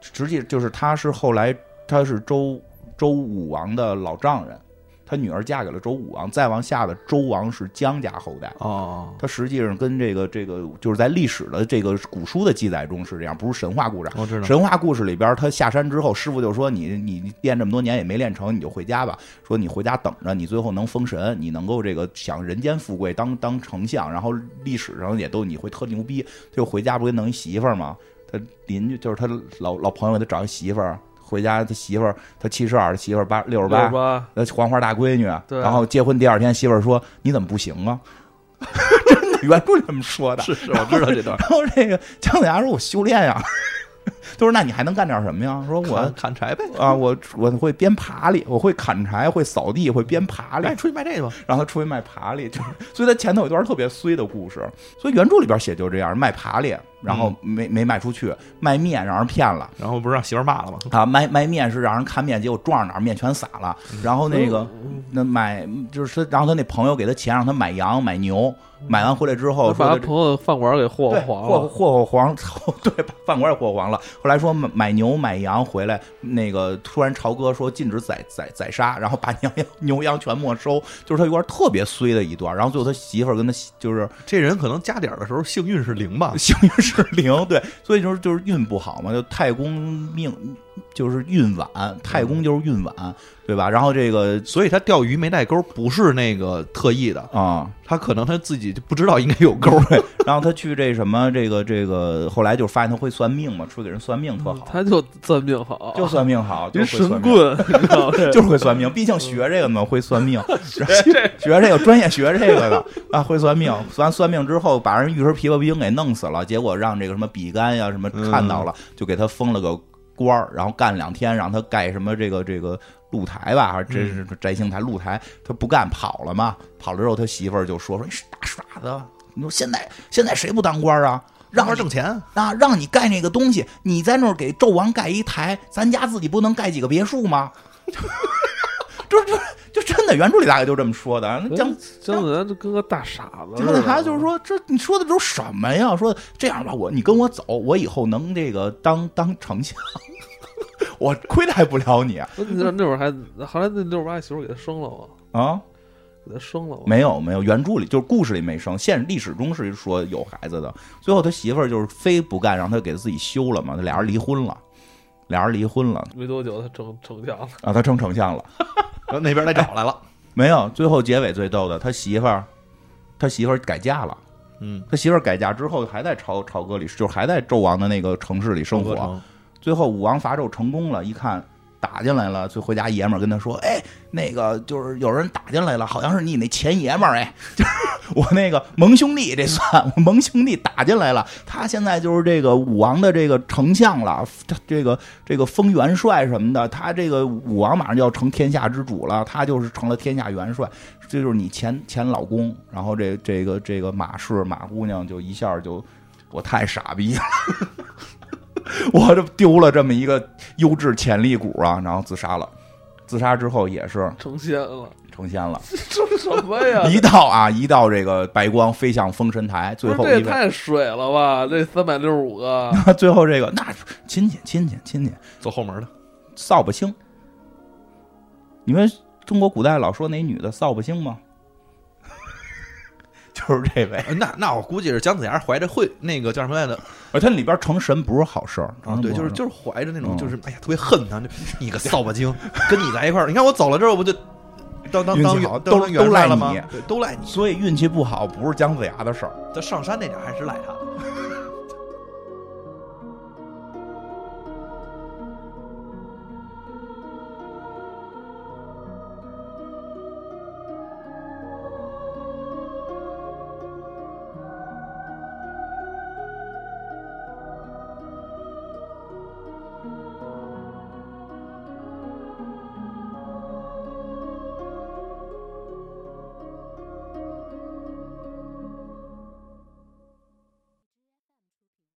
实际就是他是后来他是周周武王的老丈人，他女儿嫁给了周武王，再往下的周王是姜家后代。
哦，
他实际上跟这个这个就是在历史的这个古书的记载中是这样，不是神话故事啊。
我哦知道，
神话故事里边，他下山之后，师傅就说你：“你你练这么多年也没练成，你就回家吧。说你回家等着，你最后能封神，你能够这个享人间富贵，当当丞相，然后历史上也都你会特牛逼。”他就回家不给弄一媳妇儿吗？他邻居就是他老老朋友给他找一媳妇儿，回家他媳妇儿他七十二，他媳妇儿八六十
六
八
十，八，
呃，黄花大闺女，
对
然后结婚第二天，媳妇儿说：“你怎么不行啊？” <laughs> 真的，原著这么说的。
是是，我知道这段。
然后这个姜子牙说：“我修炼呀。”他说：“那你还能干点什么呀？”说
砍
我
砍柴呗，：“
啊，我我会编爬犁，我会砍柴，会扫地，会编爬犁
哎，。出去卖这个吧。”
然后他出去卖爬犁，就是所以他前头有一段特别衰的故事。所以原著里边写就这样，卖爬犁。然后
嗯
没没卖出去，卖面让人骗了。
然后不是让媳妇儿骂了吗？
啊，卖卖面是让人看面，结果撞上哪儿面全撒了。
嗯
然后那个那买就是他，然后他那朋友给他钱让他买羊买牛，买完回来之后哦说
把
他
嗯他朋友饭馆给霍
对
黄
霍
了，
霍霍黄， <laughs> 对，把饭馆也霍黄了。后来说买买牛买羊回来，那个突然朝哥说禁止宰宰宰杀，然后把 <laughs> 牛羊牛羊全没收，就是他有点特别衰的一段。然后最后他媳妇儿跟他媳就是，
这人可能加点儿的时候幸运是零吧
<laughs> 幸运是零，对，所以就是就是运不好嘛，就太公命就是运晚，太公就是运晚，对吧？然后这个
所以他钓鱼没带钩，不是那个特意的，
啊、
他可能他自己就不知道应该有钩。
然后他去这什么这个这个，后来就发现他会算命嘛，说给人算命特好，
他就算命好，<laughs>
就算命好，就
您
会
嗯
算
神
命。 <laughs>
棍，你知道吗
就是会算命，毕竟学这个嘛，会算 <laughs> 命，然后学这个专业学这个的啊，会算命。完算命之后，把人玉石琵琶兵给弄死了，结果让这个什么比干呀什么看到了，就给他封了个官儿，然后干两天，让他盖什么这个这个露台吧，还真是摘星台露台，他不干跑了嘛，跑了之后他媳妇儿就说说你是大傻子，你说现在现在谁不当官儿啊？让
<laughs> 让他
你
挣钱，
啊，让你盖那个东西，你在那儿给纣王盖一台，咱家自己不能盖几个别墅吗？ <laughs> 就就就真的原著里大概就这么说的。
嗯
姜
姜子牙就跟个大傻子
姜
似
子
的，
牙就是说，这你说的都什么呀？说这样吧，我你跟我走，我以后能这个当当丞相， <laughs> 我亏待不了你
那那那会儿还后来那六十八媳妇儿给他生了吗？
啊。
给他生了吗？
没有没有，原著里就是故事里没生，现历史中是说有孩子的。最后他媳妇儿就是非不干，让他给自己休了嘛，俩人离婚了，俩人离婚了
没多久他成成家了，
啊，他成丞相了。
然 <laughs> 后那边来找来了。
没有，最后结尾最逗的，他媳妇儿，他媳妇儿改嫁了。
嗯，
他媳妇儿改嫁之后还在朝朝歌里，就是还在纣王的那个城市里生活。
郭成
最后武王伐纣成功了，一看打进来了，就回家爷们儿跟他说：“哎，那个就是有人打进来了，好像是你那前爷们儿，哎， <laughs> 就是我那个盟兄弟，这算我盟兄弟打进来了，他现在就是这个武王的这个丞相了，这这个这个封元帅什么的，他这个武王马上就要成天下之主了，他就是成了天下元帅。”这就是你前前老公，然后这这个这个马氏马姑娘就一下就，我太傻逼了， <laughs> 我这丢了这么一个优质潜力股啊，然后自杀了。自杀之后也是
成仙了， <laughs>
成仙了，
这什么呀？
<laughs> 一道啊一道这个白光飞向封神台，最
不
后
是这
因
也
为
太水了吧？这三百六十五个，
<laughs> 最后这个那亲戚亲戚亲戚
走后门的，
扫把星，你们中国古代老说那女的扫把星吗？ <laughs> 就是这
<laughs>
位。
呃那那我估计是姜子牙怀着会那个叫什么来着？
而哎它里边成神不是好事儿
啊，对，就
成神不好事
是
儿
就是怀着那
嗯
种就是哎呀特别恨他，就你个扫把 <laughs> 精，跟你在一块儿，你看我走了之后不就当当当
运气好
当
都
当元
都
帅
赖
了吗
你？
对，都赖你。
所以运气不好不是姜子牙的事儿。
他上山那点儿还是赖他的。